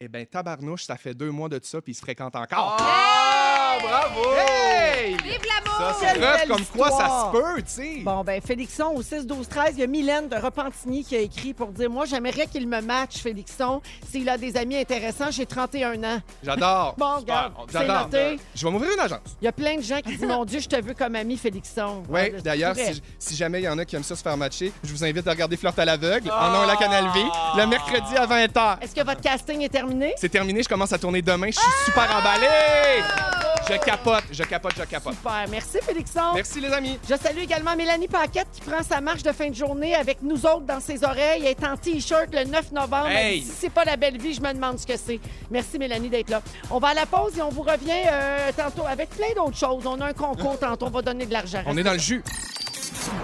Eh ben, tabarnouche, ça fait deux mois de ça, puis ils se fréquentent encore. Ah, bravo! Hey! Vive l'amour! Ça, c'est Quelle Preuve belle comme quoi ça histoire! se peut, tu sais. Bon, ben, Félixon, au 6, 12, 13, il y a Mylène de Repentigny qui a écrit pour dire Moi, j'aimerais qu'il me matche, Félixon. S'il a des amis intéressants, j'ai 31 ans. J'adore. Bon, regarde, on- c'est j'adore. noté. Je vais m'ouvrir une agence. Il y a plein de gens qui disent Mon Dieu, je te veux comme ami, Félixon. Oui, Ah, d'ailleurs, c'est vrai. si, si jamais il y en a qui aiment ça se faire matcher, je vous invite à regarder Flirt à l'aveugle Ah! en un lac Canal V le mercredi à 20h. Est-ce que votre casting est terminé? C'est terminé, je commence à tourner demain. Je suis super emballé! Je capote, je capote, je capote. Super. Merci, Félixon. Merci les amis. Je salue également Mélanie Paquette qui prend sa marche de fin de journée avec nous autres dans ses oreilles. Elle est en T-shirt le 9 novembre. Hey! Elle dit, Si c'est pas la belle vie, je me demande ce que c'est. Merci Mélanie d'être là. On va à la pause et on vous revient euh, tantôt avec plein d'autres choses. On a un concours tantôt, on va donner de l'argent. On est dans le jus.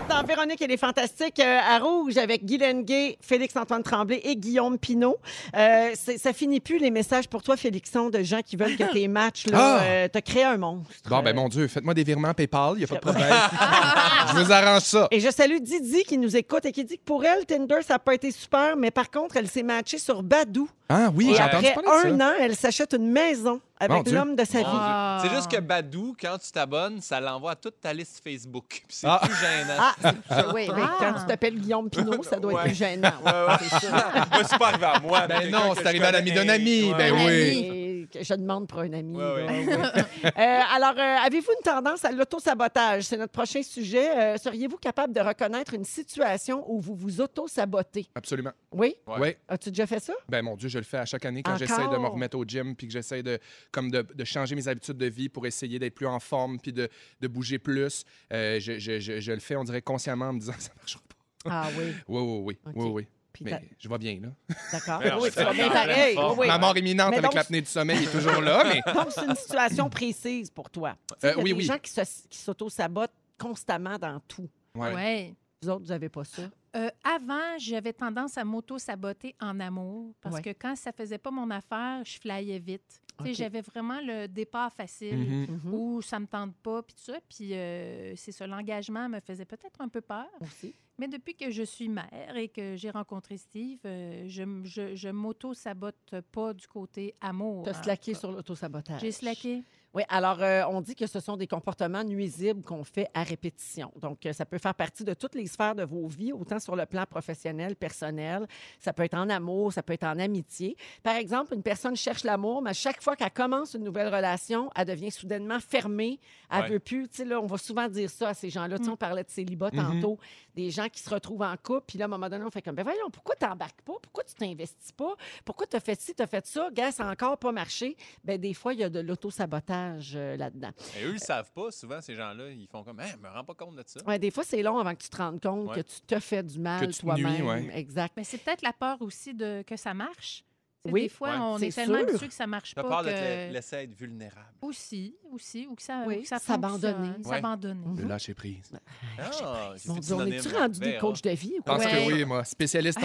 dans Véronique et les Fantastiques euh, à Rouge avec Guy Lenguet, Félix-Antoine Tremblay et Guillaume Pinault. Euh, c'est- ça finit plus les messages pour toi, Félixon, de gens qui veulent que tes matchs, là, Ah! euh, t'as créé un monstre. Bon, ben mon Dieu, faites-moi des virements PayPal, il a pas de problème. je vous arrange ça. Et je salue Didi qui nous écoute et qui dit que pour elle, Tinder, ça n'a pas été super, mais par contre, elle s'est matchée sur Badou. Ah oui, et j'ai entendu après parler de un ça. an, elle s'achète une maison Mon avec Dieu. l'homme de sa Mon Dieu. vie. Ah. C'est juste que Badou, quand tu t'abonnes, ça l'envoie à toute ta liste Facebook. Puis C'est Ah. plus gênant. Ah, c'est- oui, mais Ah. quand tu t'appelles Guillaume Pinot, ça doit Ouais. être plus gênant. Ouais, ouais. Moi, c'est pas arrivé à moi. mais Ben quelqu'un non, que c'est je arrivé à l'ami connais. d'un ami. Ouais. Ben Un oui. ami. Et que je demande pour un ami. Ouais, ouais. là, ouais. Euh, alors, euh, avez-vous une tendance à l'auto-sabotage? C'est notre prochain sujet. Euh, Seriez-vous capable de reconnaître une situation où vous vous auto-sabotez? Absolument. Oui? Ouais. Oui. As-tu déjà fait ça? Ben mon Dieu, je le fais à chaque année quand Encore? j'essaie de me remettre au gym, puis que j'essaie de, comme de, de changer mes habitudes de vie pour essayer d'être plus en forme, puis de, de bouger plus. Euh, je, je- je- je le fais, on dirait consciemment, en me disant ça marchera pas. Ah oui. Oui, oui, oui. Ok. Oui, oui. Puis Mais t'as- je vois bien, là. D'accord. Alors, Oui, je tu vas suis bien en t'arrêter. pleine Oui, forme. oui. Ma mort imminente Mais avec donc- l'apnée du sommeil est toujours là, mais Donc, c'est une situation précise pour toi. Tu sais, Euh, Il y a oui, des oui. gens qui se- qui s'auto-sabotent constamment dans tout. Ouais. Ouais. Vous autres, vous n'avez pas ça. Euh, avant, j'avais tendance à m'auto-saboter en amour parce Ouais. que quand ça faisait pas mon affaire, je flyais vite. Tu sais, Ok. J'avais vraiment le départ facile Mhm. Mhm. ou ça me tente pas, puis tout ça. Puis euh, c'est ça, l'engagement me faisait peut-être un peu peur. Aussi. Mais depuis que je suis mère et que j'ai rencontré Steve, euh, je, m- je, je m'auto-sabote pas du côté amour. Tu as en slacké tout cas. sur l'auto-sabotage. J'ai slacké. Oui, alors euh, on dit que ce sont des comportements nuisibles qu'on fait à répétition. Donc, euh, ça peut faire partie de toutes les sphères de vos vies, autant sur le plan professionnel, personnel. Ça peut être en amour, ça peut être en amitié. Par exemple, une personne cherche l'amour, mais à chaque fois qu'elle commence une nouvelle relation, elle devient soudainement fermée. Elle Ouais. veut plus. Tu sais, là, on va souvent dire ça à ces gens-là. Tu sais, Mm. on parlait de célibat tantôt, des gens qui se retrouvent en couple, puis là, à un moment donné, on fait comme, ben voyons, pourquoi t'embarques pas? Pourquoi tu t'investis pas? Pourquoi t'as fait ci, t'as fait ça? Gars, ça a encore pas marché. Ben des fois, il y a de l'auto-sabotage euh, là-dedans. Et eux, ils le savent pas. Souvent, ces gens-là, ils font comme, hey, je me rends pas compte de ça. Ouais, des fois, c'est long avant que tu te rendes compte Ouais. que tu te fais du mal Que tu te nuis, toi-même. ouais. Exact. Mais c'est peut-être la peur aussi de que ça marche. Tu sais, Oui. Des fois, Ouais. on C'est est, tellement sûr. habitué que ça marche T'as pas. peur de que... te laisser être vulnérable. Aussi, aussi, ou que ça, Oui, ou que ça s'abandonner. fonctionne, Ouais. S'abandonner. Le lâcher prise. Ah, Mon Dieu, on est-tu rendu des hein? coachs de vie? ou Je quoi? pense Ouais. que oui, moi, spécialiste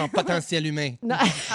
en potentiel humain. Non.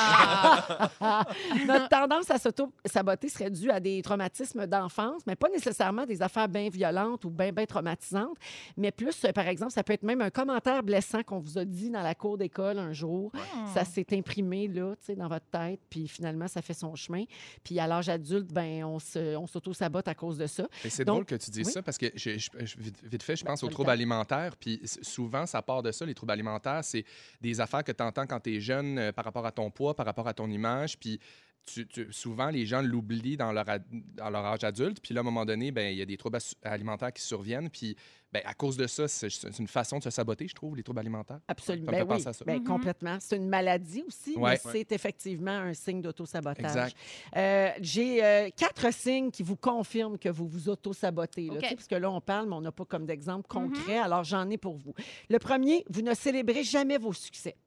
Ah, Notre tendance à s'auto-saboter serait due à des traumatismes d'enfance, mais pas nécessairement des affaires bien violentes ou bien bien traumatisantes, mais plus, euh, par exemple, ça peut être même un commentaire blessant qu'on vous a dit dans la cour d'école un jour. Ah. Ça s'est imprimé là, tu sais, dans votre tête, puis finalement, ça fait son chemin. Puis à l'âge adulte, ben, on se- on s'auto-sabote à cause de ça. Mais c'est Donc, drôle que tu dises oui. ça parce que je, je- je- vite, vite fait, je Ben, pense t'as aux le troubles temps. alimentaires. Puis s- souvent, ça part de ça, les troubles alimentaires. C'est des affaires que tu entends quand tu es jeune euh, par rapport à ton poids, par rapport à ton image. Puis tu- tu- souvent, les gens l'oublient dans leur, ad- dans leur âge adulte. Puis là, à un moment donné, ben, il y a des troubles assu- alimentaires qui surviennent. Puis ben, à cause de ça, c'est c'est une façon de se saboter, je trouve, les troubles alimentaires. Absolument. Ça me fait Ben oui, penser à ça. ben Mhm. complètement. C'est une maladie aussi, Ouais. mais c'est effectivement un signe d'autosabotage. Exact. Euh, J'ai euh, quatre signes qui vous confirment que vous vous autosabotez. là, OK. tu sais, Parce que là, on parle, mais on n'a pas comme d'exemple concret. Alors, j'en ai pour vous. Le premier, vous ne célébrez jamais vos succès.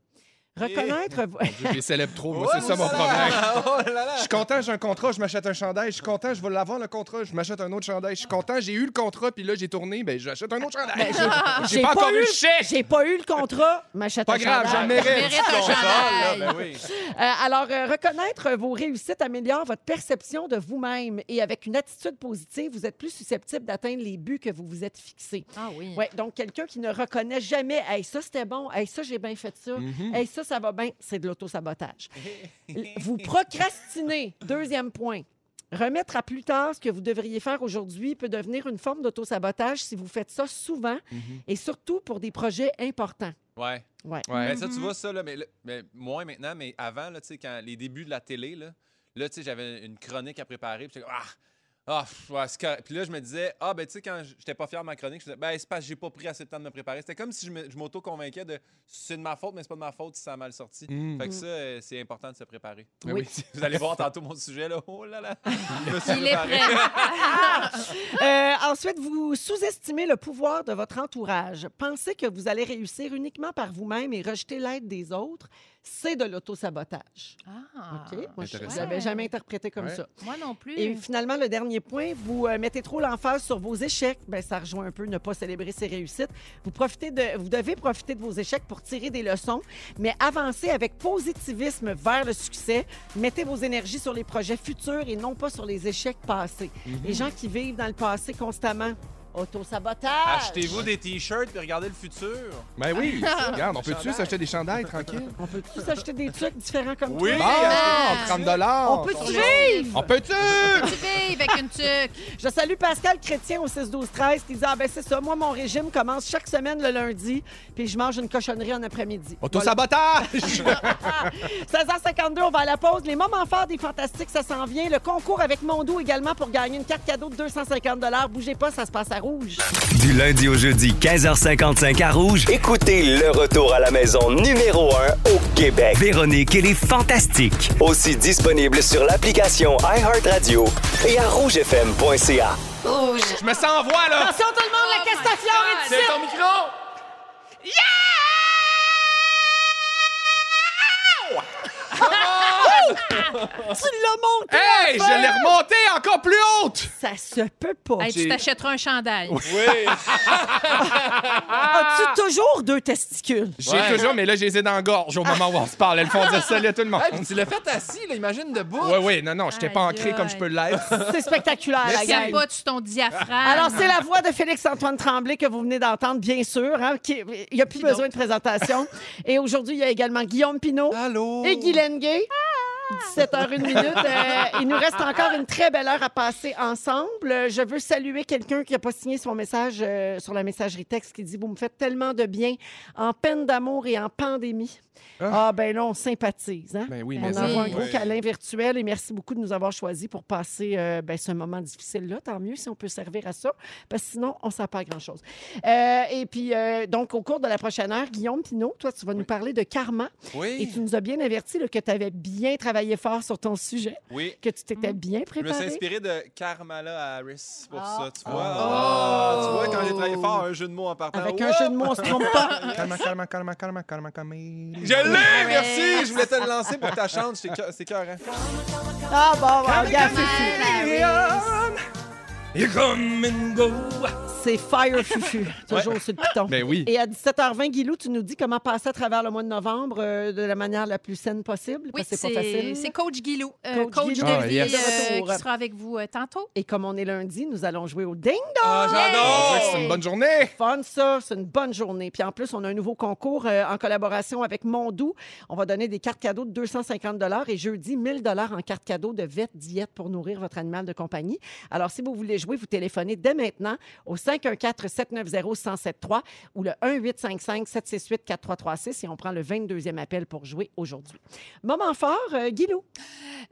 Reconnaître... vos- Je les célèbre trop, moi, Oh c'est ça mon là problème. là! Oh là là! Je suis content, j'ai un contrat, je m'achète un chandail. Je suis content, je vais l'avoir le contrat, je m'achète un autre chandail. Je suis content, j'ai eu le contrat, puis là j'ai tourné, ben j'achète un autre chandail. j'ai pas, encore eu le chèque. J'ai pas eu le contrat. M'achète Pas un grave, chandail. j'en Je mérite. suis un content, là, chandail. ben oui. Euh, alors, euh, reconnaître vos réussites améliore votre perception de vous-même et avec une attitude positive, vous êtes plus susceptible d'atteindre les buts que vous vous êtes fixés. Ah Mm. oui. Ouais, donc quelqu'un qui ne reconnaît jamais hey, ça c'était bon, hey, ça j'ai bien fait ça, Mm-hmm. hey, ça ça va bien, c'est de l'autosabotage. L- vous procrastinez, deuxième point. Remettre à plus tard ce que vous devriez faire aujourd'hui peut devenir une forme d'autosabotage si vous faites ça souvent Mm-hmm. et surtout pour des projets importants. Ouais. Ouais. Ouais. Ben, ça, tu vois, ça, là, mais, le- mais moins maintenant, mais avant, là, tu sais, quand les débuts de la télé, là, là, tu sais, j'avais une chronique à préparer, puis j'étais comme, ah, ah, pff, ouais, c'est correct. Puis là, je me disais, ah, ben, tu sais, quand j'étais pas fier de ma chronique, je disais, ben, c'est parce que j'ai pas pris assez de temps de me préparer. C'était comme si je me- je m'auto-convainquais de, c'est de ma faute, mais c'est pas de ma faute si ça a mal sorti. Mm. Fait que ça, euh, c'est important de se préparer. Ben Oui. Vous allez voir tantôt mon sujet, là, oh là là. Je me suis Il est préparé. prêt. Euh, ensuite, vous sous-estimez le pouvoir de votre entourage. Pensez que vous allez réussir uniquement par vous-même et rejeter l'aide des autres. C'est de l'autosabotage. Ah. OK? Moi, je ne Intéressant. l'avais jamais interprété comme Ouais. ça. Moi non plus. Et finalement, le dernier point, vous euh, mettez trop l'emphase sur vos échecs. Ben, ça rejoint un peu ne pas célébrer ses réussites. Vous, profitez de, vous devez profiter de vos échecs pour tirer des leçons, mais avancez avec positivisme vers le succès. Mettez vos énergies sur les projets futurs et non pas sur les échecs passés. Mhm. Les gens qui vivent dans le passé constamment, autosabotage. Achetez-vous des t-shirts puis regardez le futur. Ben oui, regarde, on peut-tu chandail. s'acheter des chandails tranquille? On peut-tu s'acheter des trucs différents comme Oui, toi? Ah, 30 On dollars. peut-tu Sur le- vivre? On peut-tu? Tu vis avec une tuque. Je salue Pascal Chrétien au 6-12-13 qui dit Ah, ben c'est ça, moi, mon régime commence chaque semaine le lundi, puis je mange une cochonnerie en après-midi. Autosabotage! 16h52, on va à la pause. Les moments forts des Fantastiques, ça s'en vient. Le concours avec Mondo également pour gagner une carte cadeau de 250 Bougez pas, ça se passe à rouge. Du lundi au jeudi, 15h55 à Rouge, Écoutez le retour à la maison numéro 1 au Québec. Véronique et les Fantastiques. Aussi disponible sur l'application iHeartRadio et à rougefm.ca. Je me sens en voix, là! Attention tout le monde, la Castafiore est ici. C'est ton micro! Tu l'as monté. Hey, je l'ai remonté encore plus haute! Ça se peut pas. Hey, tu J'ai- t'achèteras un chandail. Oui. As-tu toujours deux testicules? J'ai Ouais. toujours, mais là, j'ai les ai dans la gorge au moment où on se parle. Elles font dire ça, là, tout le monde. Hey, puis tu l'as fait assis, là, imagine debout. Oui, oui, non, non, je t'ai pas Aïe, ancré comme je peux l'être. C'est spectaculaire, la gang. pas tu ton diaphragme. Alors, c'est la voix de Félix-Antoine Tremblay que vous venez d'entendre, bien sûr. hein, qui- il n'y a plus besoin de présentation. Et aujourd'hui, il y a également Guillaume Pinault Allô? et Guylaine Gay. 17h01 minute. Euh, il nous reste encore une très belle heure à passer ensemble. Euh, Je veux saluer quelqu'un qui n'a pas signé son message euh, sur la messagerie texte qui dit Vous me faites tellement de bien en peine d'amour et en pandémie. Ah, ben là, on sympathise. Hein? Ben oui, On mais envoie un oui. gros Oui. câlin virtuel et merci beaucoup de nous avoir choisis pour passer euh, ben, ce moment difficile-là. Tant mieux si on peut servir à ça, parce que sinon, on ne sent pas à grand-chose. Euh, et puis, euh, donc, au cours de la prochaine heure, Guillaume Pinot, toi, tu vas nous parler de karma et Oui. tu nous as bien averti là, que tu avais bien travaillé fort sur ton sujet, Oui. que tu t'étais bien Mm. Je me suis préparé. inspiré de Carmela Harris pour Ah. ça, tu vois. Ah, tu vois, quand j'ai travaillé fort, un jeu de mots en partant. Avec Oups! un jeu de mots, on se trompe pas. Calme, calme, calme, calme, calme, calme. Je l'ai, merci! Je voulais te le lancer pour que tu chantes, c'est cœur- c'est cœur, hein? Ah bon, bon, regarde, c'est fini. You come and go. C'est Fire Fufu, toujours sur le piton. Ben oui. Et à 17h20, Guilou, tu nous dis comment passer à travers le mois de novembre euh, de la manière la plus saine possible, Oui, parce que c'est pas facile. c'est Coach Guilou, euh, Coach coach, Guilou. de Ah, vie, yes. euh, Retour. qui sera avec vous euh, tantôt. Et comme on est lundi, nous allons jouer au ding. Ah, On dirait j'adore! que c'est une bonne journée. Fun, ça. C'est une bonne journée. Puis en plus, on a un nouveau concours euh, en collaboration avec Mondou. On va donner des cartes cadeaux de 250 et jeudi, 1000 en cartes cadeaux de vette diète pour nourrir votre animal de compagnie. Alors, si vous voulez jouer, vous téléphonez dès maintenant au 5 514-790-1073 ou le 1-855-768-4336 et on prend le 22e appel pour jouer aujourd'hui. Moment fort, euh, Guilou.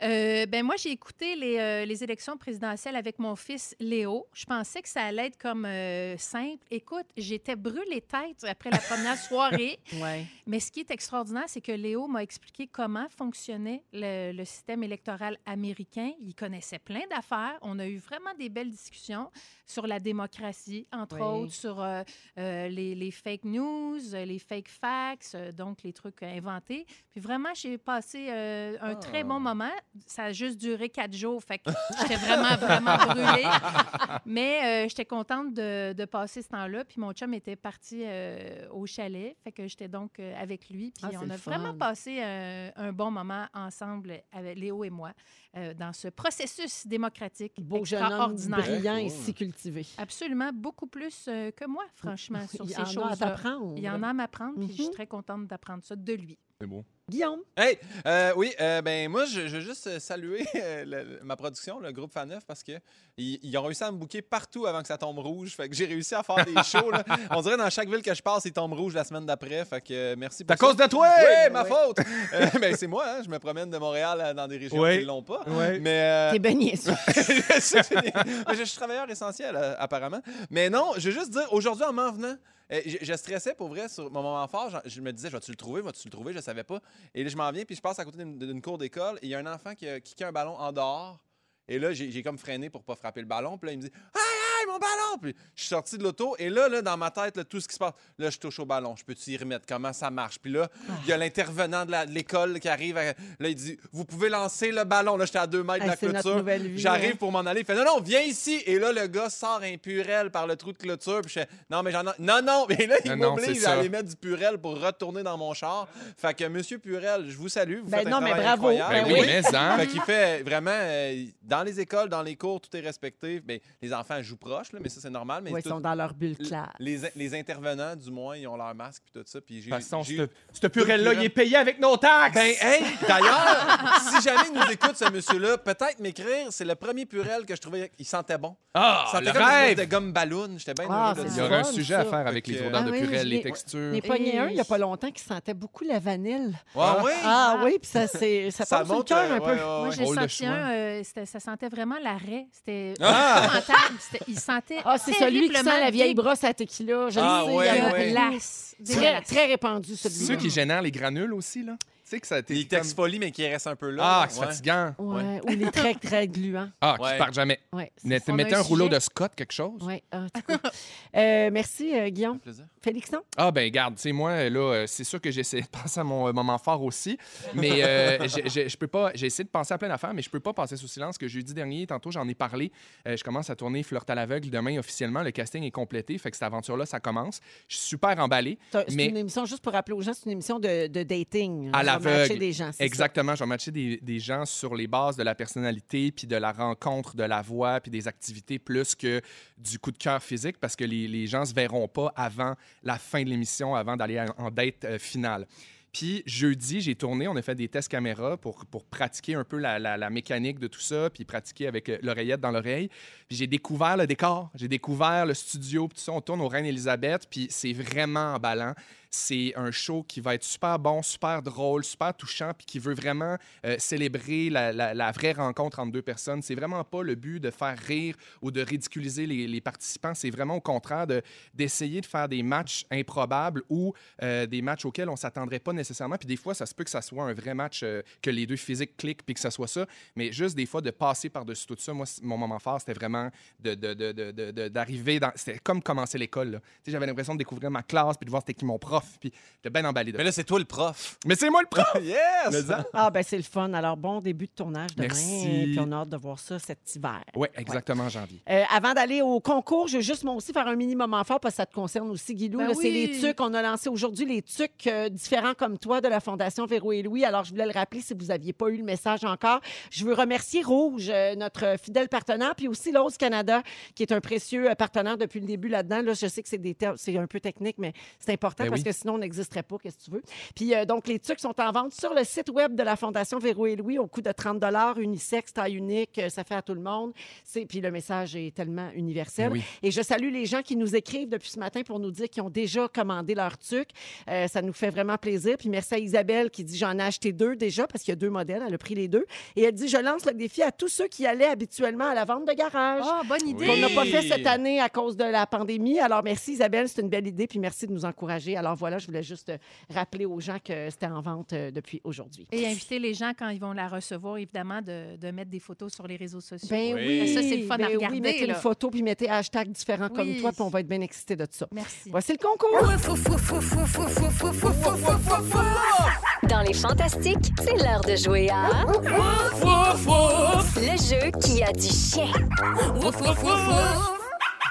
Euh, ben moi, j'ai écouté les, euh, les élections présidentielles avec mon fils Léo. Je pensais que ça allait être comme euh, simple. Écoute, j'étais brûlée tête après la première soirée. Ouais. Mais ce qui est extraordinaire, c'est que Léo m'a expliqué comment fonctionnait le, le système électoral américain. Il connaissait plein d'affaires. On a eu vraiment des belles discussions sur la démocratie, entre Oui. autres, sur euh, euh, les, les fake news, euh, les fake facts, euh, donc les trucs euh, inventés. Puis vraiment, j'ai passé euh, un très Oh. bon moment. Ça a juste duré quatre jours, fait que j'étais vraiment, vraiment brûlée. Mais euh, j'étais contente de, de passer ce temps-là. Puis mon chum était parti euh, au chalet, fait que j'étais donc euh, avec lui. Puis Ah, c'est on a le vraiment fun. passé euh, un bon moment ensemble, avec Léo et moi, euh, dans ce processus démocratique Beau jeune homme extraordinaire. brillant et si cultivé. Absolument, beaucoup plus euh, que moi, franchement, sur Il y ces en a à choses-là. t'apprendre. Mhm. Il y en a à m'apprendre, puis je suis très contente d'apprendre ça de lui. C'est beau. Guillaume? Hey, euh, oui, euh, ben moi, je, je veux juste euh, saluer euh, le- le- ma production, le groupe Fan 9, parce que ils, ils ont réussi à me bouquer partout avant que ça tombe rouge. Fait que j'ai réussi à faire des shows. là. On dirait dans chaque ville que je passe, ils tombent rouges la semaine d'après. Fait que euh, merci. C'est à cause de toi! Oui, ma faute. Euh, ben, c'est moi, hein, je me promène de Montréal euh, dans des régions Oui. qui l'ont pas. Oui. Mais euh, T'es baigné sûr. C'est fini. Mais je, je suis travailleur essentiel, euh, apparemment. Mais non, je veux juste dire, aujourd'hui, en m'en venant, euh, je, je stressais pour vrai sur mon moment fort. Je, je me disais, vas-tu le trouver, vas-tu le trouver, je savais pas. Et là, je m'en viens, puis je passe à côté d'une- d'une cour d'école, et il y a un enfant qui a kické un ballon en dehors. Et là, j'ai j'ai comme freiné pour pas frapper le ballon. Puis là, il me dit, hey, hey, mon ballon! Puis je suis sorti de l'auto, et là, là, dans ma tête, là, tout ce qui se passe, là, je touche au ballon, je peux-tu y remettre, comment ça marche? Puis là, il y a l'intervenant de la- de l'école qui arrive, à- là, il dit, vous pouvez lancer le ballon. Là, j'étais à deux mètres de Ah, la c'est notre clôture. nouvelle vie, J'arrive hein. pour m'en aller. Il fait non, non, viens ici. Et là, le gars sort un purel par le trou de clôture. Puis je fais non, mais j'en ai. Non, non. Et là, il Non, non, c'est m'oblige ça. à aller mettre du purel pour retourner dans mon char. Fait que, monsieur Purel, je vous salue. Vous Ben faites un non, mais travail bravo. incroyable. Ben Ben oui, mais hein. Fait qu'il fait vraiment euh, dans les écoles, dans les cours, tout est respecté. Ben, les enfants jouent proche, là, mais ça c'est normal. Mais Ouais, ils tout- sont dans leur bulle l- classe. les, les intervenants, du moins, ils ont leur masque puis tout ça. Puis j'ai, De toute façon, j'ai- ce ce purel-là, il est payé avec nos taxes! ben, hey, d'ailleurs, si jamais il nous écoute, ce monsieur-là, peut-être m'écrire. C'est le premier purel que je trouvais. Il sentait bon. Ah, Ça le sentait comme une espèce rêve! de gomme ballon. J'étais bien Ah, heureux de c'est Il y ça. aura un fun, sujet ça. à faire avec Fait les que- odeurs Ah de oui, purel, je les l'ai- textures. N'ai pogné un il n'y a Hey. pas longtemps qui sentait beaucoup la vanille. Ouais, ouais. Ah oui, puis ça, c'est- ça Ça passe le monte, cœur euh, un peu. ouais, ouais, Moi, ouais. j'ai Drôle de senti chemin. un, euh, c'était- ça sentait vraiment l'arrêt. C'était Ah! lamentable. C'était- Il sentait Ah, c'est celui qui sent terriblement la vieille dé- brosse à tequila. Je Ah, le sais, ouais, il y en a ouais. plein. dégueulasse. Très, Dégueulasse. très répandu, celui-là. Ceux qui génèrent les granules aussi, là. Tu sais que ça a été. Il t'exfolie, mais qui reste un peu là. Ah, c'est Ouais. fatigant. Ouais, Ouais. Ou les très, très gluants. Ah, qui Ouais. part jamais. Ouais, c'est Mais ça. On a Mettez un un rouleau sujet. de Scott, quelque chose. Ouais, ah, en tout cas. Euh, merci, euh, Guillaume. Plaisir. Félixon? Ah ben garde, tu sais moi là, euh, c'est sûr que j'essaie de penser à mon euh, moment fort aussi, mais euh, j'ai- j'ai- je peux pas, j'ai essayé de penser à plein d'affaires, mais je peux pas passer sous silence que jeudi dernier, tantôt j'en ai parlé, euh, je commence à tourner Flirt à l'aveugle demain officiellement, le casting est complété, fait que cette aventure là ça commence, je suis super emballé, C'est un- c'est Mais- une émission, juste pour rappeler aux gens, c'est une émission de, de dating. À On va l'aveugle. matcher des gens. c'est Exactement. Je vais matcher des, des gens sur les bases de la personnalité, puis de la rencontre, de la voix, puis des activités, plus que du coup de cœur physique, parce que les, les gens ne se verront pas avant la fin de l'émission, avant d'aller en- en date euh, finale. Puis jeudi, j'ai tourné, on a fait des tests caméra pour, pour pratiquer un peu la, la- la mécanique de tout ça, puis pratiquer avec euh, l'oreillette dans l'oreille. Puis j'ai découvert le décor, j'ai découvert le studio, puis tout ça, on tourne au Reine-Élisabeth, puis c'est vraiment emballant. C'est un show qui va être super bon, super drôle, super touchant, puis qui veut vraiment euh, célébrer la, la- la vraie rencontre entre deux personnes. C'est vraiment pas le but de faire rire ou de ridiculiser les, les participants. C'est vraiment au contraire de- d'essayer de, faire des matchs improbables ou euh, des matchs auxquels on s'attendrait pas nécessairement. Puis des fois, ça se peut que ça soit un vrai match, euh, que les deux physiques cliquent, puis que ça soit ça. Mais juste des fois, de passer par-dessus tout ça, moi, c- mon moment fort, c'était vraiment de- de- de- de- de- de- d'arriver dans. C'était comme commencer l'école. là. Tu sais, J'avais l'impression de découvrir ma classe, puis de voir c'était qui mon prof, puis j'étais bien emballé. De... Mais là, c'est toi le prof. Mais c'est moi le prof! yes! ça. Ah, ben c'est le fun. Alors, bon début de tournage demain. Merci. Puis on a hâte de voir ça cet hiver. Oui, exactement, janvier. Euh, avant d'aller au concours, je veux juste moi aussi faire un minimum fort parce que ça te concerne aussi, Guilou. Ben là, C'est oui. les tucs. On a lancé aujourd'hui les tucs euh, différents comme comme toi de la Fondation Véro et Louis. Alors, je voulais le rappeler si vous n'aviez pas eu le message encore. Je veux remercier Rouge, euh, notre fidèle partenaire, puis aussi Lowe's Canada, qui est un précieux euh, partenaire depuis le début là-dedans. Là, je sais que c'est des termes- c'est un peu technique, mais c'est important Ben parce oui. que sinon, on n'existerait pas, qu'est-ce que tu veux. Puis, euh, donc, les trucs sont en vente sur le site web de la Fondation Véro et Louis au coût de 30 unisexe, taille unique, euh, ça fait à tout le monde. C'est- Puis, le message est tellement universel. Oui. Et je salue les gens qui nous écrivent depuis ce matin pour nous dire qu'ils ont déjà commandé leur truc. Euh, ça nous fait vraiment plaisir. Puis merci à Isabelle qui dit j'en ai acheté deux déjà parce qu'il y a deux modèles. Elle a pris les deux. Et elle dit je lance le défi à tous ceux qui allaient habituellement à la vente de garage. Ah, bonne idée. Qu'on n'a pas fait Oui. cette année à cause de la pandémie. Alors merci Isabelle, c'est une belle idée. Puis merci de nous encourager. Alors voilà, je voulais juste euh, rappeler aux gens que c'était en vente euh, depuis aujourd'hui. Et inviter les gens, quand ils vont la recevoir, évidemment, de, de mettre des photos sur les réseaux sociaux. Ben oui, Ça, c'est le fun ben à oui, regarder. mettez là. une photo puis mettez hashtag différent comme Oui. toi, puis on va être bien excités de ça. Merci. Voici le concours. Dans les fantastiques, c'est l'heure de jouer à. Le jeu qui a du chien.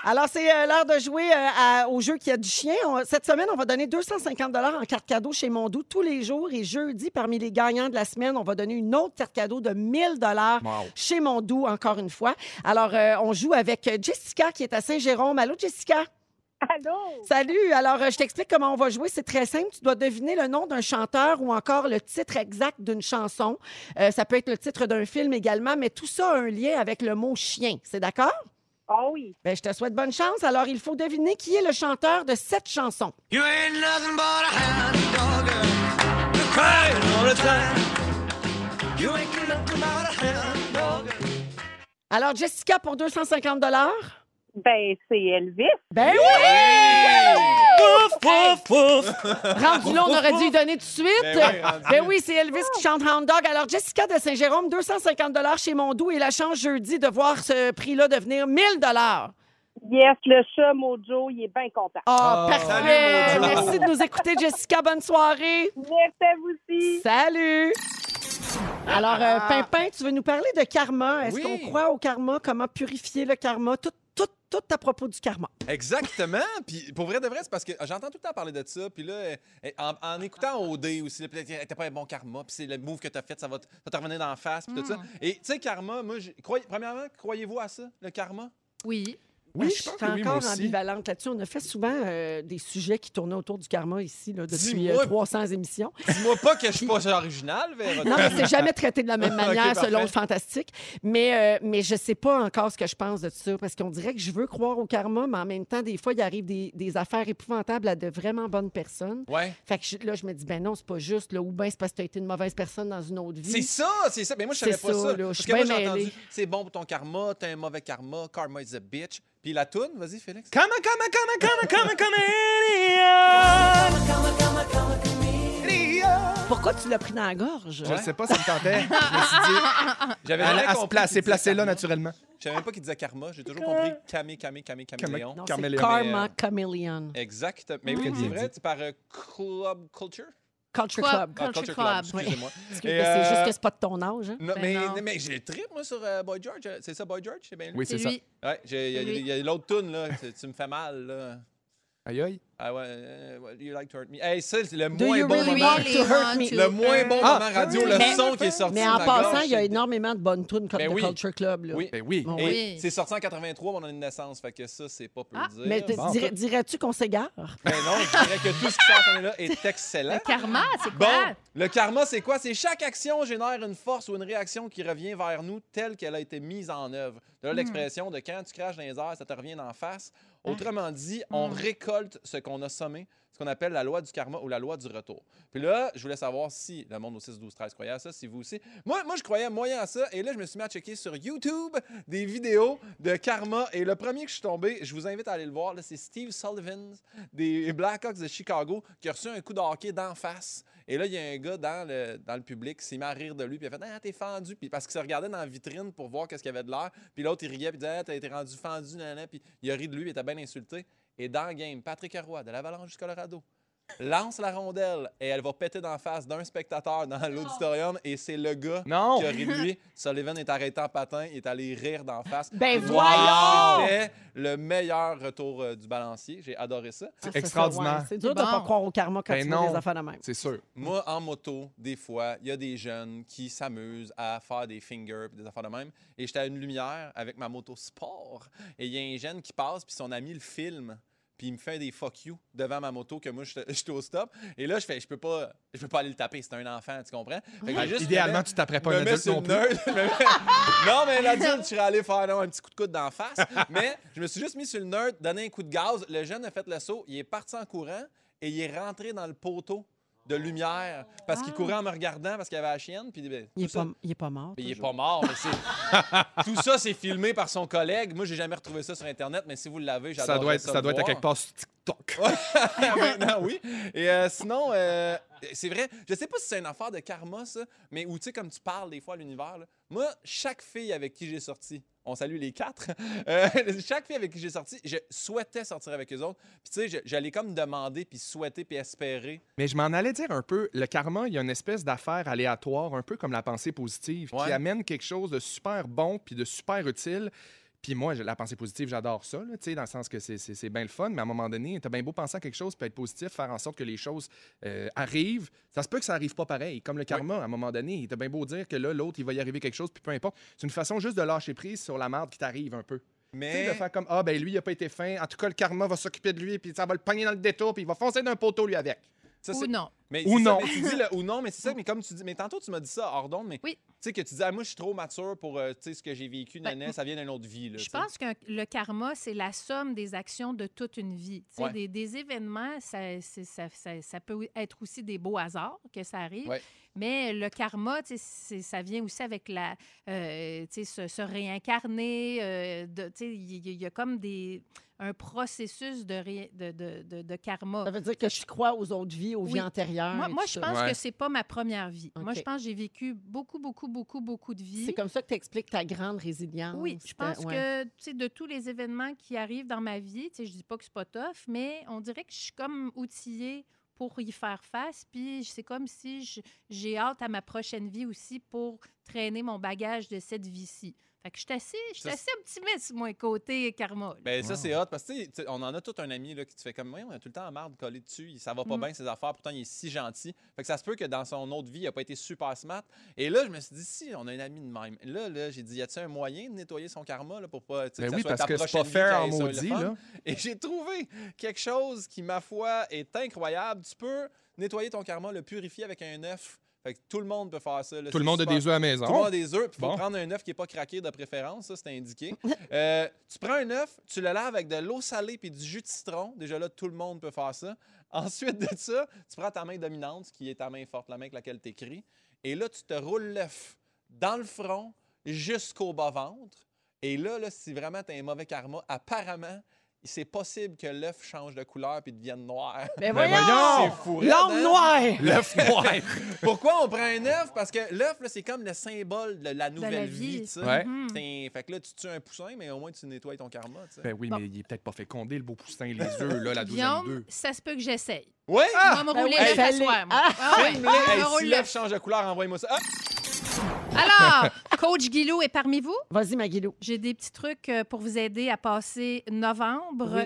Alors, c'est euh, l'heure de jouer euh, à- au jeu qui a du chien. On- cette semaine, on va donner 250 en carte cadeau chez Mondou tous les jours. Et jeudi, parmi les gagnants de la semaine, on va donner une autre carte cadeau de 1000 dollars chez Mondou, encore une fois. Alors, euh, on joue avec Jessica qui est à Saint-Jérôme. Allô, Jessica? Allô? Salut! Alors, euh, je t'explique comment on va jouer. C'est très simple. Tu dois deviner le nom d'un chanteur ou encore le titre exact d'une chanson. Euh, ça peut être le titre d'un film également, mais tout ça a un lien avec le mot chien. C'est d'accord? Ah oui. Ben, je te souhaite bonne chance. Alors, il faut deviner qui est le chanteur de cette chanson. You ain't nothing but a hound dog. You're crying all the time. You ain't nothing but a hound dog. Alors, Jessica, pour 250 Ben, c'est Elvis. Ben Ben oui! Rendu Rendu là, on aurait dû y donner tout de suite. Ben Ben oui, oui, rendu là. c'est Elvis qui chante Hound Dog. Alors, Jessica de Saint-Jérôme, 250 chez Mondou et la chance jeudi de voir ce prix-là devenir 1000 Yes, le chat Mojo, il est bien content. Ah, Ah, parfait! salut, Mojo. Merci de nous écouter, Jessica. Bonne soirée. Merci à vous aussi. Salut! Alors, euh, Pimpin, tu veux nous parler de karma. Est-ce Ah. Oui. qu'on croit au karma? Comment purifier le karma? Tout, tout, tout à propos du karma. Exactement. Puis pour vrai de vrai, c'est parce que j'entends tout le temps parler de ça. Puis là, euh, en, en écoutant OD aussi, là, peut-être que t'as pas un bon karma. Puis c'est le move que t'as fait, ça va te, ça va te revenir dans la face. Puis tout Hmm. ça. Et tu sais, karma, moi, j'ai- croyez- premièrement, croyez-vous à ça, le karma? Oui. Oui, Ben, je pense suis que oui, moi encore aussi. ambivalente là-dessus. On a fait souvent euh, des sujets qui tournaient autour du karma ici là, depuis Dis-moi. euh, 300 émissions. Dis-moi pas que je suis pas original, Véro. Non, mais c'est jamais traité de la même Ok, manière selon parfait. le fantastique. Mais, euh, mais je sais pas encore ce que je pense de ça parce qu'on dirait que je veux croire au karma, mais en même temps, des fois, il arrive des, des affaires épouvantables à de vraiment bonnes personnes. Ouais. Fait que je- là, je me dis, ben non, c'est pas juste, là, ou ben c'est parce que t'as été une mauvaise personne dans une autre vie. C'est ça, c'est ça. Mais moi, je savais C'est pas ça, ça. là, Parce je suis que moi, bien j'ai entendu, mêlée. c'est bon pour ton karma, t'as un mauvais karma, karma is a bitch. Puis la toune, vas-y, Félix. Come on, come on, come on, come on, come Pourquoi tu l'as pris dans la gorge? Je sais pas, ça me tentait. Je me suis dit. J'avais à, jamais à se compris placer, qu'il placer là naturellement. Je savais même pas qu'il disait karma, j'ai toujours Car- compris camé, camé, camé, caméléon. Non, c'est Carméléon. karma, chameleon. Exact. Mais oui, Mm. c'est vrai, c'est par euh, Club Culture. Culture Club. Club. Ah, Culture Club, excusez-moi. Ouais. Excuse- Et, mais C'est juste euh, que c'est pas de ton âge. hein. Non, mais, mais j'ai trip, moi, sur euh, Boy George. Euh, C'est ça, Boy George? C'est bien lui? Oui, c'est C'est ça. lui. Ouais, j'ai- il y a- C'est lui. il y a, l'autre tune, là. Tu, tu me fais mal, là. Aïe aïe. Ah ouais, euh, well, you like to hurt me. Hey, ça, c'est le Do moins you bon really moment. want to hurt me? Le moins bon Ah, moment radio, le mais- son qui est sorti. Mais de en ma passant, gorge, il y a c'est- énormément de bonnes tunes comme Ben The oui. Culture Club. là. Oui, Ben Bon, Et oui. Ah, c'est sorti en 83, mon année de naissance. Fait que ça, c'est pas peu dire. Mais te- dirais- dirais-tu qu'on s'égare? Mais non, je dirais que tout ce qui sort cette année-là est excellent. Karma, c'est Bon, quoi? le karma, c'est quoi? C'est chaque action génère une force ou une réaction qui revient vers nous telle qu'elle a été mise en œuvre. De là Hmm. l'expression de quand tu craches dans les airs, ça te revient en face. Autrement dit, on Hmm. récolte ce qu'on a semé, ce qu'on appelle la loi du karma ou la loi du retour. Puis là, je voulais savoir si le monde au 6, 12, 13 croyait à ça, si vous aussi. Moi, moi, je croyais moyen à ça. Et là, je me suis mis à checker sur YouTube des vidéos de karma. Et le premier que je suis tombé, je vous invite à aller le voir, là, c'est Steve Sullivan des Blackhawks de Chicago qui a reçu un coup de hockey d'en face. Et là, il y a un gars dans le, dans le public qui s'est mis à rire de lui, puis il a fait Ah, t'es fendu. Puis parce qu'il se regardait dans la vitrine pour voir qu'est-ce qu'il y avait de l'air. Puis l'autre, il riait, puis il disait Ah, t'as été rendu fendu, nanana. Puis il a ri de lui, il était bien insulté. Et dans le game, Patrick Roy de l'Avalanche du Colorado lance la rondelle et elle va péter d'en face d'un spectateur dans l'auditorium et c'est le gars Non. qui a ri de lui. Sullivan est arrêté en patin, il est allé rire d'en face. Ben Wow! voyons! C'était le meilleur retour euh, du balancier. J'ai adoré ça. Ah, ça, C'est extraordinaire. ouais, C'est dur de Bon. pas croire au karma quand Ben tu vois non. des affaires de même. C'est sûr. Moi, en moto, des fois, il y a des jeunes qui s'amusent à faire des fingers pis des affaires de même. Et j'étais à une lumière avec ma moto sport. Et il y a un jeune qui passe, puis son ami le filme. Puis il me fait des fuck you devant ma moto que moi, j'étais j'étais au stop. Et là, je fais, je peux pas, je peux pas aller le taper, c'est un enfant, tu comprends? Fait que j'ai juste- Idéalement, tu taperais pas me un mets adulte non sur le plus. nerd, je me mets- non, mais l'adulte, je suis allé faire non, un petit coup de coude d'en face. mais je me suis juste mis sur le nerd, donné un coup de gaz. Le jeune a fait le saut, il est parti en courant et il est rentré dans le poteau de lumière parce qu'il Ah. courait en me regardant parce qu'il avait la chienne. Puis, ben, Il tout est, ça- pas, il est pas mort. mais il est toujours. pas mort, mais c'est. Tout ça, c'est filmé par son collègue. Moi, j'ai jamais retrouvé ça sur Internet, mais si vous l'avez, j'adore Ça doit être, ça doit être à quelque part sur TikTok. ah, maintenant, oui. Et euh, sinon, euh, c'est vrai, je sais pas si c'est une affaire de karma, ça, mais où, tu sais, comme tu parles des fois à l'univers, là, moi, chaque fille avec qui j'ai sorti, on salue les quatre, euh, chaque fille avec qui j'ai sorti, je souhaitais sortir avec les autres. Puis, tu sais, je- j'allais comme demander, puis souhaiter, puis espérer. Mais je m'en allais dire un peu, le karma, il y a une espèce d'affaire aléatoire, un peu comme la pensée positive, Ouais. qui amène quelque chose de super bon puis de super utile. Puis moi, je- la pensée positive, j'adore ça, là, tu sais, dans le sens que c'est- c'est c'est bien le fun, mais à un moment donné, t'as bien beau penser à quelque chose puis être positif, faire en sorte que les choses euh, arrivent. Ça se peut que ça arrive pas pareil, comme le karma, à un moment donné. T'as bien beau dire que là, l'autre, il va y arriver quelque chose, puis peu importe. C'est une façon juste de lâcher prise sur la merde qui t'arrive un peu. Tu sais, Mais. de faire comme Ah, ben lui, il a pas été fin. En tout cas, le karma va s'occuper de lui, puis ça va le pogner dans le détour, puis il va foncer d'un poteau, lui, avec. ça, Ou c'est- non. Mais Ou c'est ça, non. mais tu dis le ou non, mais c'est ça. Mais comme tu dis, mais tantôt tu m'as dit ça hors d'onde, mais Oui. tu sais que tu dis ah, moi je suis trop mature pour euh, tu sais, ce que j'ai vécu, Ben, nanana, ça vient d'une autre vie. là, Je tu sais. pense que le karma, c'est la somme des actions de toute une vie. Tu sais, Ouais. Des, des événements, ça, c'est- ça- ça- ça peut être aussi des beaux hasards que ça arrive. Ouais. Mais le karma, tu sais, c'est- ça vient aussi avec la, euh, tu sais, se, se réincarner. euh, de- tu sais, Il y, il y a comme des, un processus de, ré- de, de- de- de karma. Ça veut dire que je crois aux autres vies, aux Oui. vies antérieures. Moi, et moi, tout je ça. pense Ouais. que c'est pas ma première vie. Moi, Ok. je pense que j'ai vécu beaucoup, beaucoup, beaucoup, beaucoup de vies. C'est comme ça que tu expliques ta grande résilience. Oui, je euh, pense ouais. que tu sais, de tous les événements qui arrivent dans ma vie, tu sais, je dis pas que c'est pas tough, mais on dirait que je suis comme outillée pour y faire face. Puis c'est comme si je- j'ai hâte à ma prochaine vie aussi pour traîner mon bagage de cette vie-ci. Fait que je suis assez, je suis Ça, assez optimiste, moi, côté karma. là. Ben, ça, c'est hot parce que tu sais, tu sais, on en a tout un ami là, qui te fait comme Voyons, on a tout le temps en marre de coller dessus, il- ça va pas Mm. bien ses affaires, pourtant il est si gentil. Fait que ça se peut que dans son autre vie, il a pas été super smart. Et là, je me suis dit, si on a un ami de même, là, là j'ai dit, y a-t-il un moyen de nettoyer son karma là, pour pas. tu sais, Ben ça oui, soit parce ta que c'est prochaine pas vie fair qui en ait ça, le maudit, fun? là. Et j'ai trouvé quelque chose qui, ma foi, est incroyable. Tu peux nettoyer ton karma, le purifier avec un œuf. Fait que tout le monde peut faire ça. là, Tout le c'est monde a super des œufs à la maison. tu prends des œufs, puis faut Bon. prendre un œuf qui n'est pas craqué de préférence, ça c'est indiqué. Euh, tu prends un œuf, tu le laves avec de l'eau salée puis du jus de citron. Déjà là, tout le monde peut faire ça. Ensuite de ça, tu prends ta main dominante, qui est ta main forte, la main avec laquelle tu écris, et là, tu te roules l'œuf dans le front jusqu'au bas-ventre. Et là, là, si vraiment tu as un mauvais karma, apparemment, c'est possible que l'œuf change de couleur puis devienne noir. Ben Ben voyons! voyons! Fou raide, L'homme hein? noir! L'œuf noir. Pourquoi on prend un œuf? Parce que l'œuf, là, c'est comme le symbole de la nouvelle vie. vie. tu sais. Ouais. Mhm. T'es- Fait que là, tu tues un poussin, mais au moins, tu nettoies ton karma. tu sais. Ben oui, Bon. mais il est peut-être pas fécondé, le beau poussin, les œufs, là, la douzaine Guillaume, d'œufs. ça se peut que j'essaye. Oui! Ah! on va me rouler Ben oui, l'œuf à fais-le. soir, moi. Ah ouais, Hey, je me roule si l'œuf. l'œuf change de couleur, envoie-moi ça. Ah! Alors, Coach Guilou est parmi vous? Vas-y, Maguilou. J'ai des petits trucs euh, pour vous aider à passer novembre. Oui.